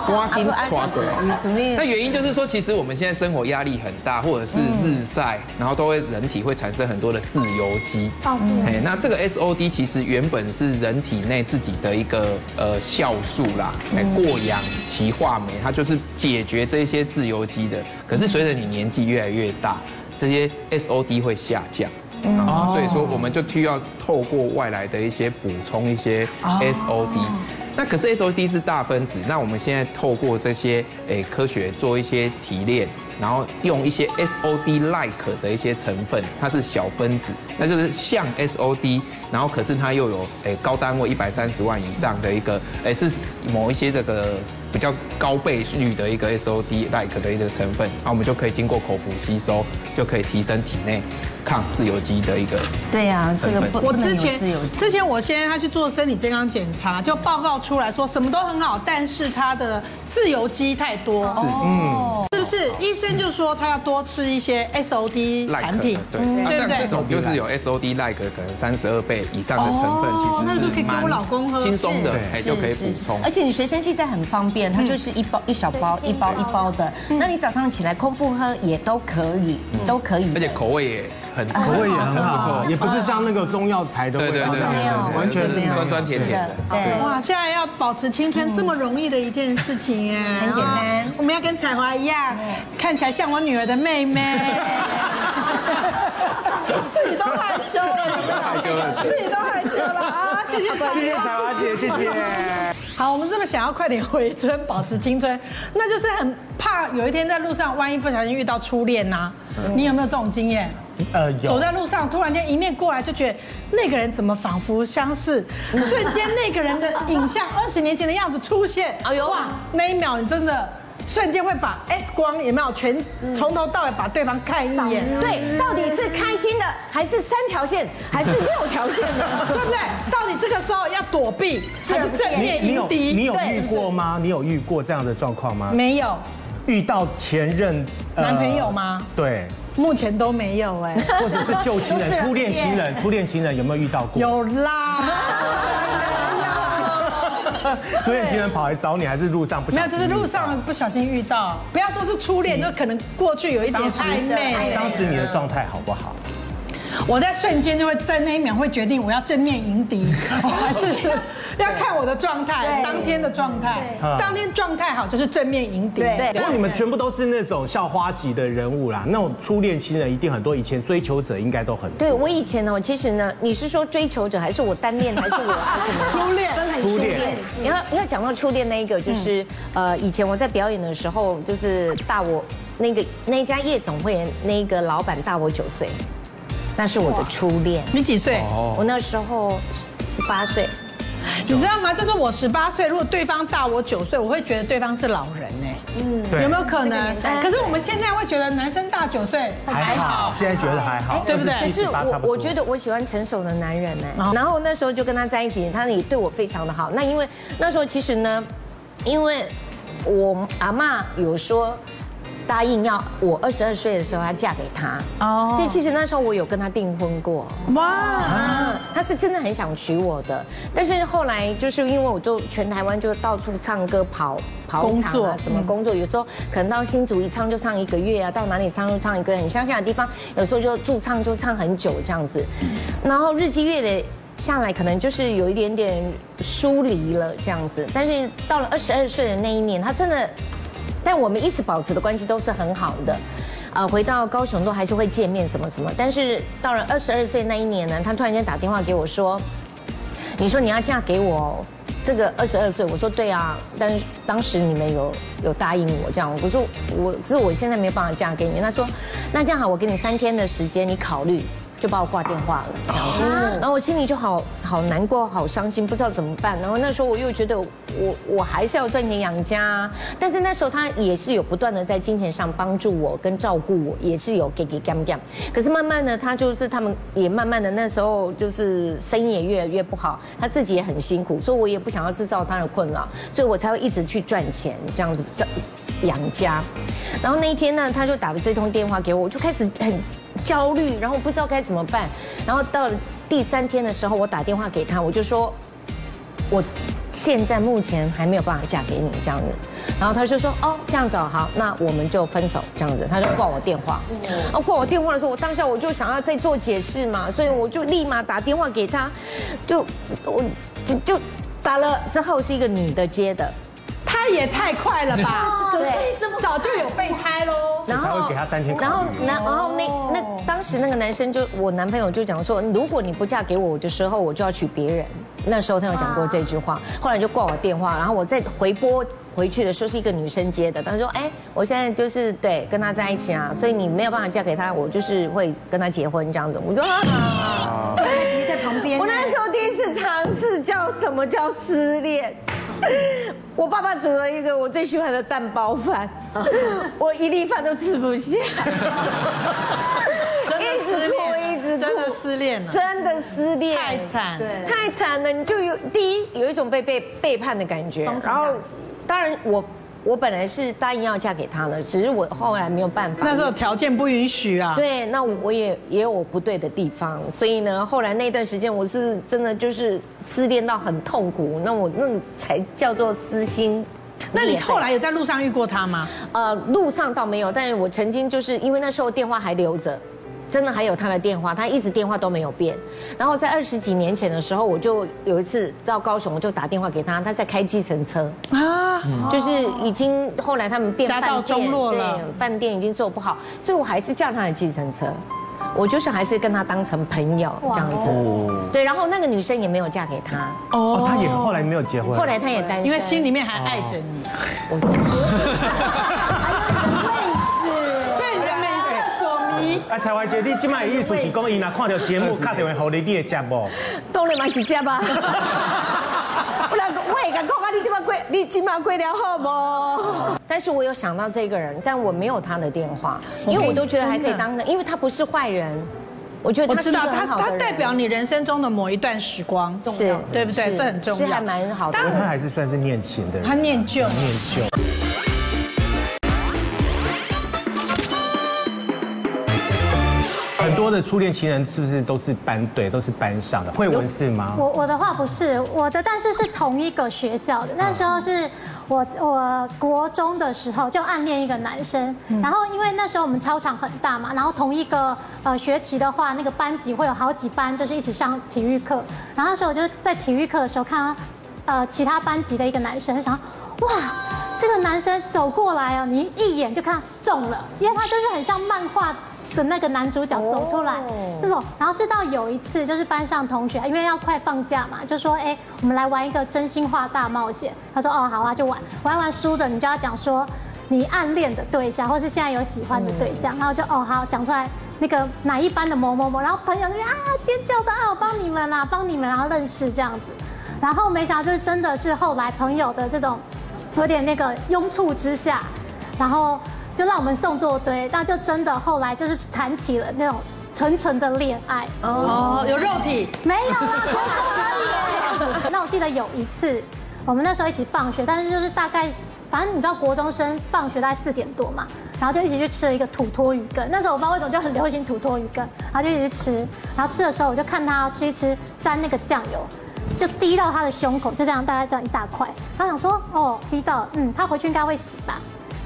G: 刮筋刮过。
C: 什么意
G: 那
C: 思？
G: 原因就是说，其实我们现在生活压力很大，或者是日晒，然后都会人体会产生很多的自由基。
F: 哦自由
G: 哎，那这个 SOD 其实原本是人体内自己的一个呃酵素啦，哎，过氧歧化酶，它就是解决这些自由基的。可是随着你年纪越来越大，这些 SOD 会下降。啊，所以说我们就需要透过外来的一些补充一些 SOD。那可是 SOD 是大分子，那我们现在透过这些诶科学做一些提炼，然后用一些 SOD-like 的一些成分，它是小分子，那就是像 SOD，然后可是它又有诶高单位一百三十万以上的一个诶是某一些这个比较高倍率的一个 SOD-like 的一个成分，那我们就可以经过口服吸收，就可以提升体内抗自由基的一个
C: 对呀，这个不，
B: 我
C: 不能
B: 之
C: 有
B: 前
C: 自由基
B: 之前我先生他去做身体健康检查，就报告出来说什么都很好，但是他的自由基太多，是嗯，是不是？医生就说他要多吃一些 SOD 产
G: like
B: 品嗯
G: 的，，对，那
B: 对不
G: 像这
B: 对？
G: 种就是有 SOD like 的可能三十二倍以上的成分，
B: 哦
G: 其
B: 那
G: 实
B: 就是可以给我
G: 蛮
B: 老公喝
G: 轻松的
A: 是，
G: 哎，
C: 是
G: 就可以补
C: 是
G: 充
C: 而。且你随身携带很方便，
G: 嗯
C: 它就是一包一小包一包一包的。那你早上起来空腹喝也都可以，都可以的。
G: 嗯而且口味也很
A: 口味也很
G: 不
B: 哦
A: 好，
G: 错
A: 也不是像那个中药材的
G: 对
A: 味
G: 对
A: 道
G: 对
A: 这样
G: 对
A: 子，
G: 对
A: 完全
G: 就是
A: 没有
G: 酸酸甜
C: 是
G: 甜
C: 的
G: 的，，
C: 对。
B: 哇，现在要保持青春这么容易的一件事情哎，
C: 嗯很简单
B: 哦我们要跟彩华一样，看起来像我女儿的妹
C: <laughs>
B: 妹。自己都害羞了，
G: 害羞了
B: 自己都害羞了啊！谢谢彩华，
A: 谢谢彩华姐，谢谢。
B: 好，我们这么想要快点回春，保持青春，那就是很怕有一天在路上，万一不小心遇到初恋呐、
C: 嗯
B: 你有没有这种经验？
A: 呃，有
B: 走在路上，突然间迎面过来，就觉得那个人怎么仿佛相
A: <laughs>
B: 似，瞬间那个人的影像，二十年前的样子出现。哎呦，哇，那一秒你真的瞬间会把 X 光有没有全从头到尾把对方看一眼，
C: 对，到底是开心的还是三条线还是六条线呢？
G: <laughs>
B: 对不对？到底这个时候要躲避还是正面
A: 啊你
B: 迎
A: 有
B: 敌？
A: 你有
B: 对
A: 遇？过吗？你有遇过这样的状况吗？
B: 没有。
A: 遇到前任、呃
B: 男朋友吗？
A: 对，
B: 目前都没有
A: <laughs>
B: 哎，
A: 或者是旧情
B: <laughs>
A: 人、初恋情人、初恋情人有没有遇到过？
B: 有啦，
A: <laughs> 初恋情人跑来找你，还是路上不
B: 没
A: 小
B: 有，
A: 心
B: 就是路
A: 遇
B: 上
A: 到。
B: 不小心遇到，不要说是初恋，就可能过去有一
A: 嗯
B: 点
A: 当时
B: 暧昧。
A: 当时你的状态好不好？
B: 我在瞬间就会在那一秒会决定我要正面迎
C: <laughs>
B: 敌，还是要看我的状态，当天的状态
A: 对，
B: 当天状态好就是正面迎敌。对
A: 不过你们全部都是那种校花级的人物啦，那种初恋情人一定很多，以前追求者应该都很多。
C: 对我以前呢，其实呢，你是说追求者，还是我单恋，还是我爱什么？
B: 初恋
A: 初恋，
C: 你要要讲到初恋那一个，
A: 嗯
C: 就是、呃，以前我在表演的时候，就是大我那个那一家夜总会那个老板大我九岁，那是我的初恋。
B: 你几岁？
A: 哦
C: 我那时候十八岁，
B: 你知道吗？就是我十八岁，如果对方大我九岁，我会觉得对方是老人哎，
A: 对
B: 有没有可能？可是我们现在会觉得男生大九岁
A: 还好，现在觉得还好，
B: 哎对不对
A: 27
C: 只是
A: 28差
C: 我
A: 不多嗯
C: 我觉得我喜欢成熟的男人哎
B: 哦，
C: 然后那时候就跟他在一起，他也对我非常的好。那因为那时候其实呢，因为我阿妈有说。答应要我二十二岁的时候要嫁给他
B: 哦
C: 哦，所以其实那时候我有跟他订婚过。
B: 哇，
C: 啊，他是真的很想娶我的，但是后来就是因为我就全台湾就到处唱歌跑跑
B: 工
C: 场
B: 作嗯
C: 啊，什么工作，有时候可能到新竹一唱就唱一个月啊，到哪里唱就唱一个月，很乡下的地方，有时候就驻唱就唱很久这样子，
B: 嗯
C: 然后日积月累。下来可能就是有一点点疏离了这样子，但是到了二十二岁的那一年，他真的但我们一直保持的关系都是很好的，呃，回到高雄都还是会见面什么什么。但是到了二十二岁那一年呢，他突然间打电话给我说：“你说你要嫁给我哦，这个二十二岁。”我说：“对啊，但是当时你们有有答应我这样。”我说：“我只是我现在没有办法嫁给你。”他说：“那这样好，我给你三天的时间，你考虑。”就把我挂电话了，这样子，然后我心里就好好难过，好伤心，不知道怎么办。然后那时候我又觉得我我还是要赚钱养家啊，但是那时候他也是有不断的在金钱上帮助我跟照顾我，也是有给给干干。可是慢慢的，他就是他们也慢慢的那时候就是生意也越来越不好，他自己也很辛苦，所以我也不想要制造他的困扰，所以我才会一直去赚钱这样子这养家。然后那一天呢，他就打了这通电话给我，我就开始很焦虑，然后不知道该怎么办。然后到了第三天的时候，我打电话给他，我就说，我现在目前还没有办法嫁给你这样子。然后他就说，哦，这样子哦，好，那我们就分手这样子。他就挂我电话。哦，挂我电话的时候，我当下我就想要再做解释嘛，所以我就立马打电话给他，就我就就打了之后是一个女的接的。
B: 他也太快了吧？
C: 对，
B: 早就有备胎喽。
C: 然
A: 才会给他三天考虑
C: 然后，然然后那
E: 哦
C: 那当时那个男生就我男朋友就讲说，如果你不嫁给我的时候，我就要娶别人。那时候他有讲过这句
E: 啊
C: 话，后来就挂我电话，然后我再回拨回去的时候是一个女生接的，她说：“哎，我现在就是对跟他在一起
A: 嗯
C: 啊，所以你没有办法嫁给他，我就是会跟他结婚这样子。”我就啊，
E: 哦
C: <laughs>
E: 你在旁边，啊
C: 我那时候第一次尝试叫什么叫失恋。我爸爸煮了一个我最喜欢的蛋包饭，
B: <laughs>
C: 我一粒饭都吃不下。
B: 真的失恋，
C: 一直哭一直哭
B: 真的失恋了，
C: 真的失恋，
B: 太惨。对，
C: 太惨了。你就有第一有一种被被背叛的感觉，然后当然我我本来是答应要嫁给他了，只是我后来没有办法。
B: 那时候条件不允许啊。
C: 对，那我也也有我不对的地方，所以呢，后来那段时间我是真的就是失恋到很痛苦，那我那才叫做撕心。
B: 那你
C: 裂肺
B: 后来有在路上遇过他吗？
C: 呃，路上倒没有，但是我曾经就是因为那时候电话还留着。真的还有他的电话，他一直电话都没有变。然后在二十几年前的时候，我就有一次到高雄，我就打电话给他，他在开计程车，
B: 啊，
C: 哦就是已经后来他们变
B: 家
C: 饭
B: 道
C: 店，
B: 中落了
C: 对，饭店已经做不好，所以我还是叫他的计程车，我就是还是跟他当成朋友这样子。对，然后那个女生也没有嫁给他，
A: 哦，他也后来没有结婚，
C: 后来他也单身，
B: 因为心里面还爱着你。对，你的每一个所迷。
A: 啊，才华姐，你今摆意思是讲，伊若看到节目，打电话互你，你会接无？
C: 当然嘛是接吧。 <laughs> 不然我也敢讲啊，你今晚过，你今晚过了好不？但是我有想到这个人，但我没有他的电话，因为我都觉得还可以当个，因为他不是坏人，我觉得
B: 我
C: 他是
B: 知
C: 一个
B: 道，
C: 很
B: 他
C: 好
B: 他
C: 的人
B: 代表你人生中的某一段时光，
C: 是
B: 对不对？
C: 是
B: 这很重要，
C: 是还蛮好的
B: 当
A: 因为他
B: 然，
A: 还是算是念情的人，
B: 他念旧
A: 念旧。多的初恋情人是不是都是班对，都是班上的？慧文是吗？
F: 我我的话不是我的，但是是同一个学校的。那时候是我我国中的时候就暗恋一个男生，然后因为那时候我们操场很大嘛，然后同一个呃学期的话，那个班级会有好几班，就是一起上体育课。然后那时候我就在体育课的时候看到呃其他班级的一个男生，想说哇。这个男生走过来啊，你一眼就看中了，因为他就是很像漫画的那个男主角走出来那种。然后是到有一次，就是班上同学，因为要快放假嘛，就说：“哎，我们来玩一个真心话大冒险。”他说：“哦，好啊，就玩。”玩完输的，你就要讲说你暗恋的对象，或是现在有喜欢的对象。然后就哦好，讲出来那个哪一班的某某某，然后朋友那边啊尖叫说：“啊，我帮你们啦，帮你们！”然后认识这样子。然后没想到就是真的是后来朋友的这种有点那个拥簇之下，然后就让我们送作堆，那就真的后来就是谈起了那种纯纯的恋爱。
B: 哦，有肉体，
F: 没有啊啦，头发可以 <laughs> 耶。那我记得有一次，我们那时候一起放学，但是就是大概，反正你知道国中生放学大概四点多嘛，然后就一起去吃了一个土托鱼羹。那时候我不知道为什么就很流行土托鱼羹，然后就一起去吃，然后吃的时候我就看他吃一吃，沾那个酱油。就滴到他的胸口，就这样大概这样一大块。然后想说，哦，滴到了，嗯，他回去应该会洗吧。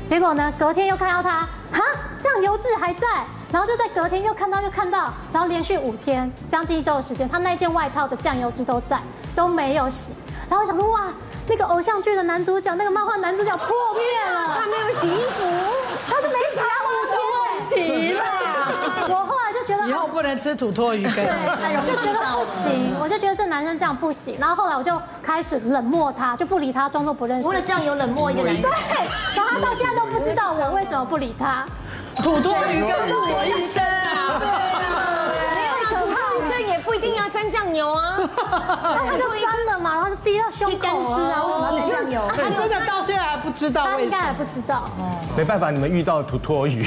F: 结果呢，隔天又看到他，哈，酱油渍还在，然后就在隔天又看到又看到，然后连续五天，将近一周的时间，他那件外套的酱油渍都在，都没有洗。然后我想说，哇，那个偶像剧的男主角，那个漫画男主角破灭了，他没有洗衣服，他就没洗啊，五天
B: 皮了，
F: 哎。我后来就觉得，
B: 以后不能吃土托鱼 <laughs> 羹。
F: 就觉得不行，我就觉得这男生这样不行。然后后来我就开始冷漠他，就不理他，装作不认识。
E: 为了酱油冷漠一个男人
C: <laughs>
F: 对，然后他到现在都不知道我为什么不理他。
B: 土托鱼羹是我一生
E: 没有啦，这也不一定要沾酱油 <laughs> 啊，
F: 但哦他就干了嘛，然后就滴到胸
E: 一
F: 口
E: 干湿
B: 哦
E: 啊，为什么要沾酱油？
B: 啊，真的到现在还不知道
F: 他
B: 为
F: 应
B: 什
F: 该
B: 么
F: 也。不知道。
A: 没办法，你们遇到土托鱼。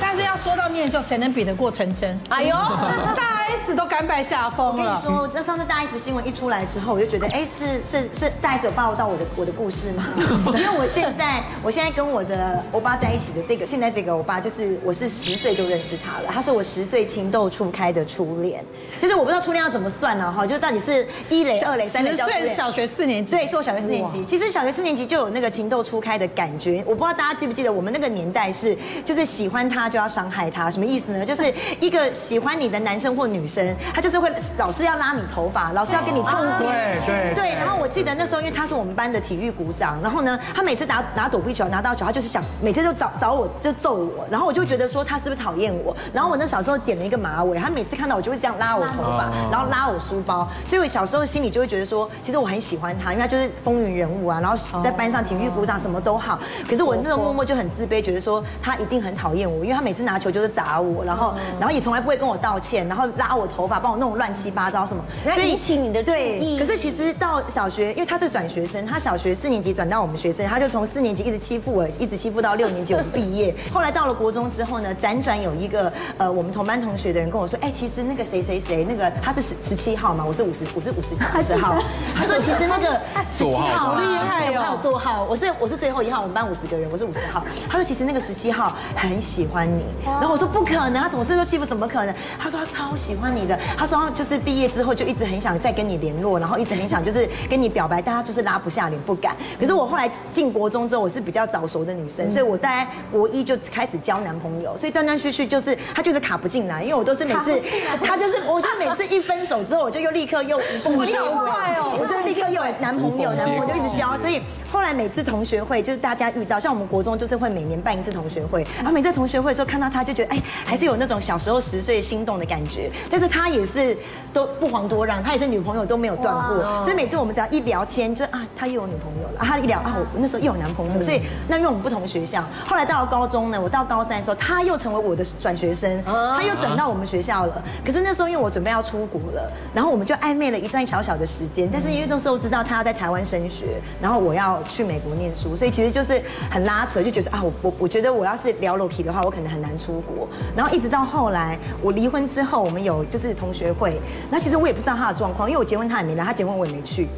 B: 但是要说到面就谁能比得过陈真？哎呦，大 S 都甘拜下风
E: 我跟你
B: 了。
E: 说，那上次大 S 新闻一出来之后，我就觉得，哎，是是是，大 S 有 follow 到我的我的故事
B: <laughs>
E: 吗？因为我现在，我现在跟我的欧巴在一起的这个，现在这个欧巴，就是我是十岁就认识他了，他是我十岁情窦初开的初恋，就是我不知道初恋要怎么算呢、哈，就到底是一垒、二垒、三垒
B: 十
E: 叫初
B: 岁
E: 恋。
B: 小学四年级，
E: 对，是我小学四年级。其实小学四年级就有那个情窦初开的感觉。我不知道大家记不记得，我们那个年代是，就是喜欢他就要伤害他，什么意思呢？就是一个喜欢你的男生或女生，他就是会老是要拉你头发，老是要跟你冲突。
A: 啊对对
E: 对，然后我记得那时候，因为他是我们班的体育股长，然后呢，他每次拿拿躲避球拿到球，他就是想每次就找找我就揍我，然后我就觉得说他是不是讨厌我？然后我那小时候剪了一个马尾，他每次看到我就会这样拉我头发，
C: 啊
E: 然后拉我书包，所以我小时候心里就会觉得说，其实我很喜欢他，因为他就是风云人物啊，然后在班上体育股长什么都
C: 哦
E: 好，可是我那时候默默就很自卑，觉得说他一定很讨厌我，因为他每次拿球就是砸我，然
C: 嗯
E: 后然后也从来不会跟我道歉，然后拉我头发，帮我弄乱七八糟什么，
C: 那
E: 所以
C: 引起你的注
E: 对
C: 意
E: 可是其实到小学，因为他是转学生，他小学四年级转到我们学生，他就从四年级一直欺负我，一直欺负到六年级我们毕 <laughs> 业。后来到了国中之后呢，辗转有一个呃我们同班同学的人跟我说，哎，其实那个谁谁谁，那个他是十十七号嘛，我是五十，我是五十五十号。 <laughs> 他说其实那个 <laughs> 十七
G: 座号
E: 号，啊
G: 好
E: 厉
B: 害哦
E: 我还有座号，我是我是最后一号，我们班五十个人，我是五十号。他说其实那个十七号很喜欢你，然后我说不可能，他总是都欺负，怎么可能？他说他超喜欢你的，他说他就是毕业之后就一直很想再跟你联络，然后一直很想就是跟你表白，但他就是拉不下脸，不敢。可是我后来进国中之后，我是比较早熟的女生，所以我大概国一就开始交男朋友，所以断断续续就是他就是卡不进来，因为我都是每次他就是，我就每次一分手之后，我就又立刻又无效
B: 快哦
E: 我就立刻又有男朋友，男朋友就一直交，所以后来每次同学会就是大家遇到，像我们国中就是会每年办一次同学会，然后每次同学会的时候看到他就觉得哎，还是有那种小时候十岁心动的感觉，但是他也是都不遑多让，他也是女朋友都没有断过，所以每次我们只要一聊天，就啊他又有女朋友了，啊他一聊啊我那时候又有男朋友，所以那因为我们不同学校，后来到了高中呢，我到高三的时候他又成为我的转学生，他又转到我们学校了，可是那时候因为我准备要出国了，然后我们就暧昧了一段小小的时间，但是因为那时候知道他要在台湾升学，然后我要去美国念书，所以其实就是很拉扯，就觉得啊，我我我觉得我要是聊 Loki 的话，我可能很难出国。然后一直到后来我离婚之后，我们有就是同学会，那其实我也不知道他的状况，因为我结婚他也没来，他结婚我也没去。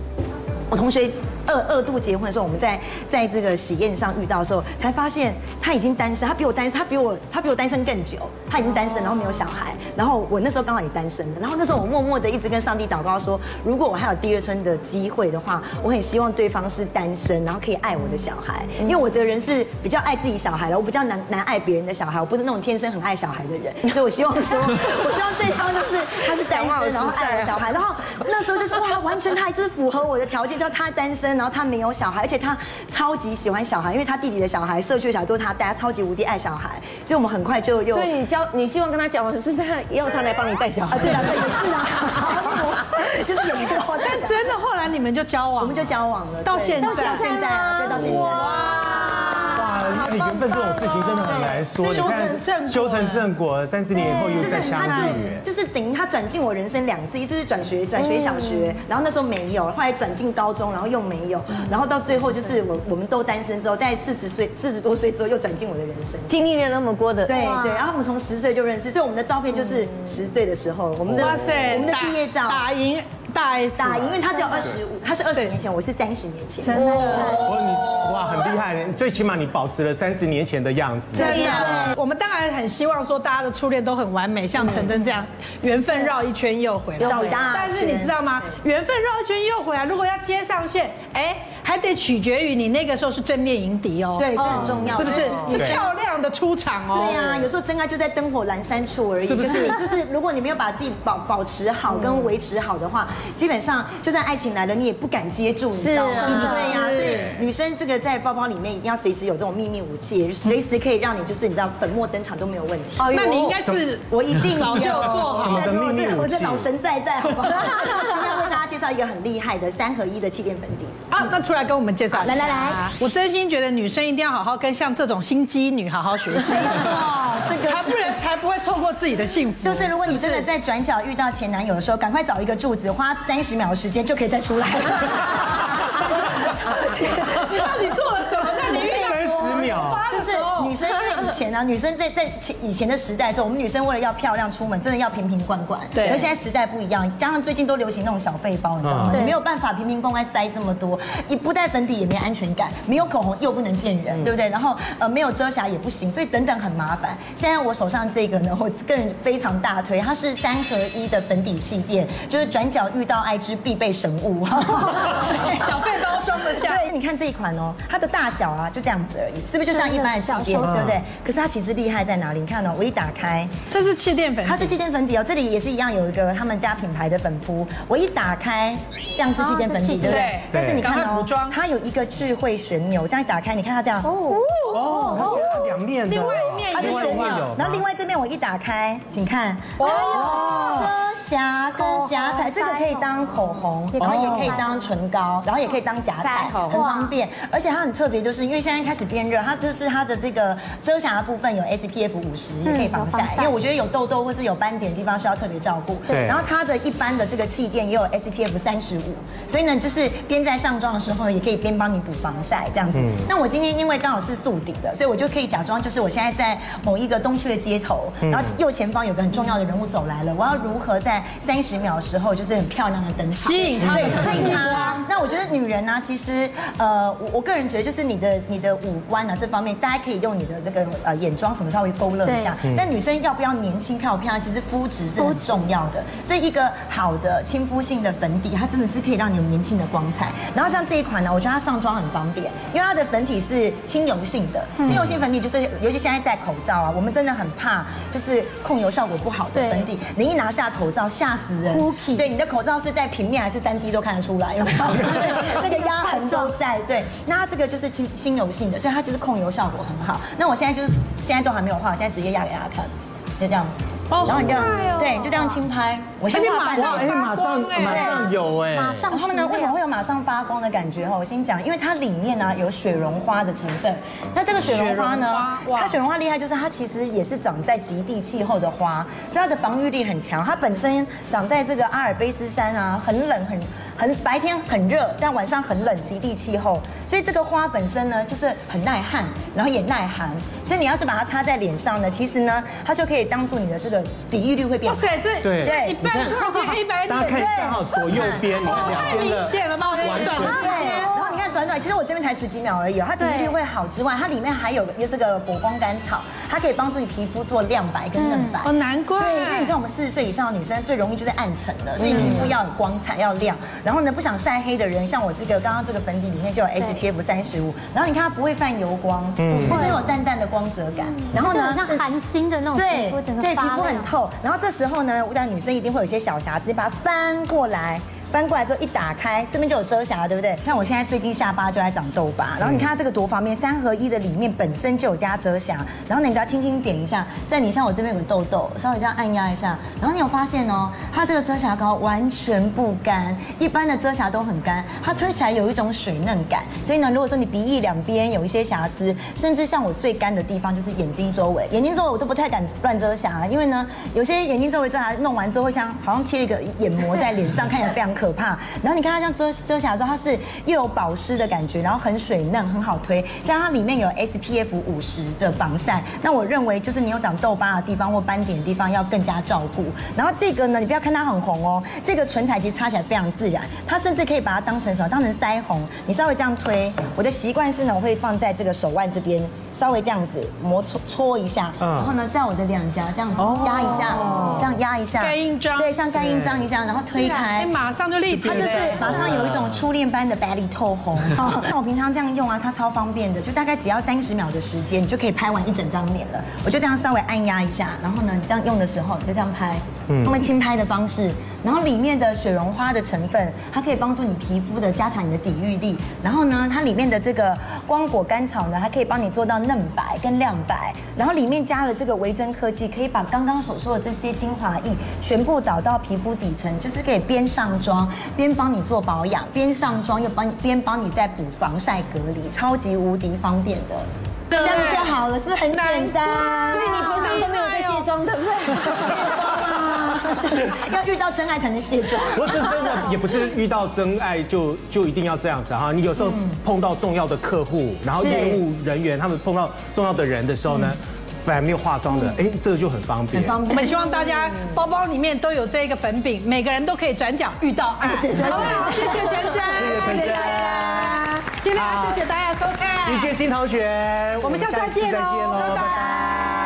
E: 我同学二二度结婚的时候，我们在在这个喜宴上遇到的时候，才发现他已经单身，他比我单身，他比我他比我单身更久，他已经单身，然后没有小孩，然后我那时候刚好也单身的，然后那时候我默默的一直跟上帝祷告说，如果我还有第二春的机会的话，我很希望对方是单身，然后可以爱我的小孩，因为我这个人是比较爱自己小孩的，我比较难难爱别人的小孩，我不是那种天生很爱小孩的人，所以我希望说，我希望对方就是他是单身，然后爱我小孩，然后那时候就是哇，完全他就是符合我的条件，就是他单身，然后他没有小孩，而且他超级喜欢小孩，因为他弟弟的小孩、社区的小孩都是他带，他超级无敌爱小孩，所以我们很快就又
C: 所以你教你希望跟他讲，我是 <laughs> 他要他来帮你带小
E: 啊，
C: 孩。
E: <laughs> 对啊，对，也是啊，就是有一个我带小
B: 但
E: 孩，
B: 真的后来你们就交往了，
E: 我们就交往了，
B: 到
E: 对
B: 现在
E: 到现在啊，对，到现在。
A: 哇，哎缘分这种事情真的很难说。
B: 修成正果
A: 修成正果，三十年以后又再相遇。哎
E: 就是等于他转进我人生两次，一次是转学转学小学，然后那时候没有，后来转进高中，然后又没有，然后到最后就是我我们都单身之后，大概四十岁四十多岁之后又转进我的人生。
C: 经历了那么多的，
E: 对对，然后我们从十岁就认识，所以我们的照片就是十岁的时候，我们的
B: 嗯哇
E: 我
B: 塞，
E: 们的
B: 打
E: 毕业照。
B: 打赢大 S，
E: 打赢，因为他只有二十五，他是二十年前，我是三十年前。
B: 真的。
A: 我你哇，很厉害，最起码你保持了三十年前的样子。
B: 真的，我们当然很希望说大家的初恋都很完美，
E: 嗯
B: 像陈真这样，缘分绕一圈又回来。
E: 又回来
B: 但是你知道吗？缘分绕一圈又回来，如果要接上线，哎，还得取决于你那个时候是正面迎敌哦。
E: 对这很重要
B: 是哦不是？是
A: 对
B: 漂亮的出场哦。
E: 对啊呀、有时候真爱就在灯火阑珊处而已。
A: 是不是
E: 可你就是如果你没有把自己保保持好
B: 嗯
E: 跟维持好的话，基本上就算爱情来了，你也不敢接住，你知
B: 啊
E: 道吗？
C: 是不是
E: 对呀、所以女生这个在包包里面一定要随时有这种秘密武器，随时可以让你就是你知道粉墨登场都没有问题。
B: 那你应该是
E: 我一 <laughs> 定
B: 早就做好
A: 了
E: 对如
A: 什么的
E: 果这
A: 秘密武器
E: 我这老神在在，好 <laughs> 不好？今天要为大家介绍一个很厉害的三合一的气垫粉底。
B: 啊，那出来跟我们介绍一下。
E: 好来来来，
B: 我真心觉得女生一定要好好跟像这种心机女好好学
E: <laughs>
B: 习，
E: <laughs> 哦，这
B: 她不然才不会错过自己的幸福。
E: 就是如果你
B: 是
E: 真
B: 不
E: 的
B: 是
E: 在转角遇到前男友的时候，赶快找一个柱子，花三十秒的时间就可以再出来 <laughs> 了。
B: 你到底做了什么？在你遇到
A: 三十秒，
E: 就是女生，因为以前啊，女生在在前以前的时代的时候，我们女生为了要漂亮出门，真的要瓶瓶罐罐。
B: 对
E: 而现在时代不一样，加上最近都流行那种小费包，你知道吗？
B: 嗯
E: 你没有办法瓶瓶罐罐塞这么多，你不带粉底也没安全感，没有口红又不能见
B: 嗯
E: 人，对不对？然后呃没有遮瑕也不行，所以等等很麻烦。现在我手上这个呢，我个人非常大推，它是三合一的粉底气垫，就是转角遇到爱之必备神物。 <laughs>
B: 小费包装得下。
E: 对，你看这一款哦，它的大小啊就这样子而已，是不是就像一般的气垫，
A: 手指
E: 对不对？可是它其实厉害在哪里？你看哦，我一打开，
B: 这是气垫粉底，
E: 它是气垫粉底哦，这里也是一样有一个他们家品牌的粉扑，我一打开，这样是气垫粉底，对不对
B: 哦对？
E: 但是你看
B: 赶快
E: 哦
B: 补妆，
E: 它有一个智慧旋钮，这样一打开，你看它这样，
A: 哦，它是按两面的，
B: 另外一面也
E: 它是旋钮
A: 有，
E: 然后另外这边我一打开，请看，哦，遮瑕跟夹彩，这个可以当口红，哦然后也可以当唇膏，然后也可以当夹彩，很方便。而且它很特别，就是因为现在开始变热，它就是它的这个遮瑕的部分有 SPF 五十，也可以防晒，因为我觉得嗯有痘痘或是有斑点的地方需要特别照顾。
A: 对
E: 然后它的一般的这个气垫也有 SPF 三十五，所以呢，就是边在上妆的时候，也可以边帮你补防晒这样子。那我今天因为刚好是宿底的，所以我就可以假装就是我现在在某一个东区的街头，然后右前方有个很重要的人物走来了，我要如何在三十秒的时候就是很漂亮的登场，
B: 吸引他的
E: 对，吸引他。那我觉得女人呢、其实呃，我我个人觉得就是你的你的五官啊这方面，大家可以用你的这个呃眼妆什么稍微勾勒一下。但女生要不要年轻漂不漂亮，其实肤质是很重要的。所以一个好的亲肤性的粉底，它真的是可以让你有年轻的光彩。然后像这一款呢，我觉得它上妆很方便，因为它的粉体是轻油性的。轻油性粉底就是，尤其现在戴口罩啊，我们真的很怕就是控油效果不好的
F: 对
E: 粉底，你一拿下口罩吓死人。
F: Cookie
E: 对，你的口罩是在平面还是三 D 都看得出来，
B: <laughs>
E: 有没有？那个压痕都在。对，那它这个就是轻轻油性的，所以它就是控油效果很好。那我现在就是现在都还没有画，我现在直接压给大家看，就这样。
B: 哦
E: 然后你这样
B: 好快哦，
E: 对，就这样轻拍。我
B: 而
E: 先
B: 且
E: 画
B: 马
E: 半张
B: 上
A: 哎，马上
B: 发光哎
A: 马上有哎，
F: 马上
E: 他们呢为什么会有马上发光的感觉哈？哦我先讲，因为它里面呢有雪绒花的成分。那这个雪绒花
B: 雪绒
E: 呢
B: 花，哇
E: 它雪绒花厉害就是它其实也是长在极地气候的花，所以它的防御力很强。它本身长在这个阿尔卑斯山啊，很冷很很白天很热，但晚上很冷，极地气候，所以这个花本身呢就是很耐旱，然后也耐寒。所以你要是把它擦在脸上呢，其实呢它就可以当做你的这个抵御力会变
B: 哇
E: 好。
B: 塞，这
A: 对
B: 这一半突然间黑白
A: 大家
B: 脸，
A: 看一下哈，左右边，你看两
B: 太
A: 边
B: 明
A: 的
B: 显了吧？
A: 完全
B: 短
E: 对，然后你看短短，其实我这边才十几秒而已哦。它抵御力会好之外，它里面还有个这个伯光甘草，它可以帮助你皮肤做亮白跟嫩白。
B: 哦，难怪。
E: 对，因为你知道我们四十岁以上的女
F: 嗯
E: 生最容易就是暗沉的，所以皮肤要有光彩，要亮。然后呢，不想晒黑的人，像我这个刚刚这个粉底里面就有 SPF 三十五，然后你看它不会泛油光，嗯，或者有淡淡的光泽感。然后
F: 就
E: 呢
F: 嗯很，像
E: 是
F: 韩星的那种皮
E: 对
F: 肤，整个
E: 对，皮
F: 发
E: 肤很
F: 亮。
E: 透。然后这时候呢，我讲女生一定会有一些小瑕疵，你把它翻过来。翻过来之后一打开，这边就有遮瑕了，对不对？像我现在最近下巴就在长痘疤，然后你看它这个多方便，三合一的里面本身就有加遮瑕，然后呢，你只要轻轻点一下，在你像我这边有个痘痘，稍微这样按压一下，然后你有发现哦，它这个遮瑕膏完全不干，一般的遮瑕都很干，它推起来有一种水嫩感。所以呢，如果说你鼻翼两边有一些瑕疵，甚至像我最干的地方就是眼睛周围，眼睛周围我都不太敢乱遮瑕，因为呢，有些眼睛周围遮瑕弄完之后会像好像贴了一个眼膜在脸上，看起来非常可怕。 <laughs> 然后你看它这样遮遮瑕的时候，它是又有保湿的感觉，然后很水嫩，很好推，加上它里面有 SPF 五十的防晒。那我认为就是你有长痘疤的地方或斑点的地方要更加照顾。然后这个呢，你不要看它很红哦，这个唇彩其实擦起来非常自然，它甚至可以把它当成什么？当成腮红，你稍微这样推。我的习惯是呢，我会放在这个手腕这边，稍微这样子摩搓搓一下，
A: 嗯
E: 然后呢，在我的两颊这样压一下，这样压一下，
B: 盖印章
E: 对，像盖印章一样，然后推开
B: 哎，。马上就立体
E: 它
B: 了。
E: 就是马上有一种初恋般的白里透红。哦那我平常这样用啊，它超方便的，就大概只要三十秒的时间，你就可以拍完一整张脸了。我就这样稍微按压一下，然后呢，你这样用的时候你就这样拍，用轻拍的方式，然后里面的水溶花的成分，它可以帮助你皮肤的加强你的抵御力。然后呢，它里面的这个光果甘草呢，它可以帮你做到嫩白跟亮白。然后里面加了这个维珍科技，可以把刚刚所说的这些精华液全部导到皮肤底层，就是可以边上妆边帮你做保养，边上妆又帮你边帮你再补防晒隔离，超级无敌方便的。
B: 对
E: 这样就好了，是不是很简单？
H: 所以你平常都没有在卸妆，对不对？
E: 对 <laughs> 要遇到真爱才能卸妆。
A: 不过这真的也不是遇到真爱就就一定要这样子哈。你有时候
B: 嗯
A: 碰到重要的客户，然后
E: 是
A: 业务人员他们碰到重要的人的时候
B: 嗯
A: 呢，本来没有化妆的，哎，这个就很方便。
E: 很方
B: 我
E: 便
B: 们希望大家包包里面都有这个粉饼，每个人都可以转角遇到爱，好不好？谢谢珍珍，谢谢大家，今天要谢谢大家收看，
A: 一见新同学，
B: 我们下次再见
A: 再见
B: 喽，
A: 喽，
B: 拜拜。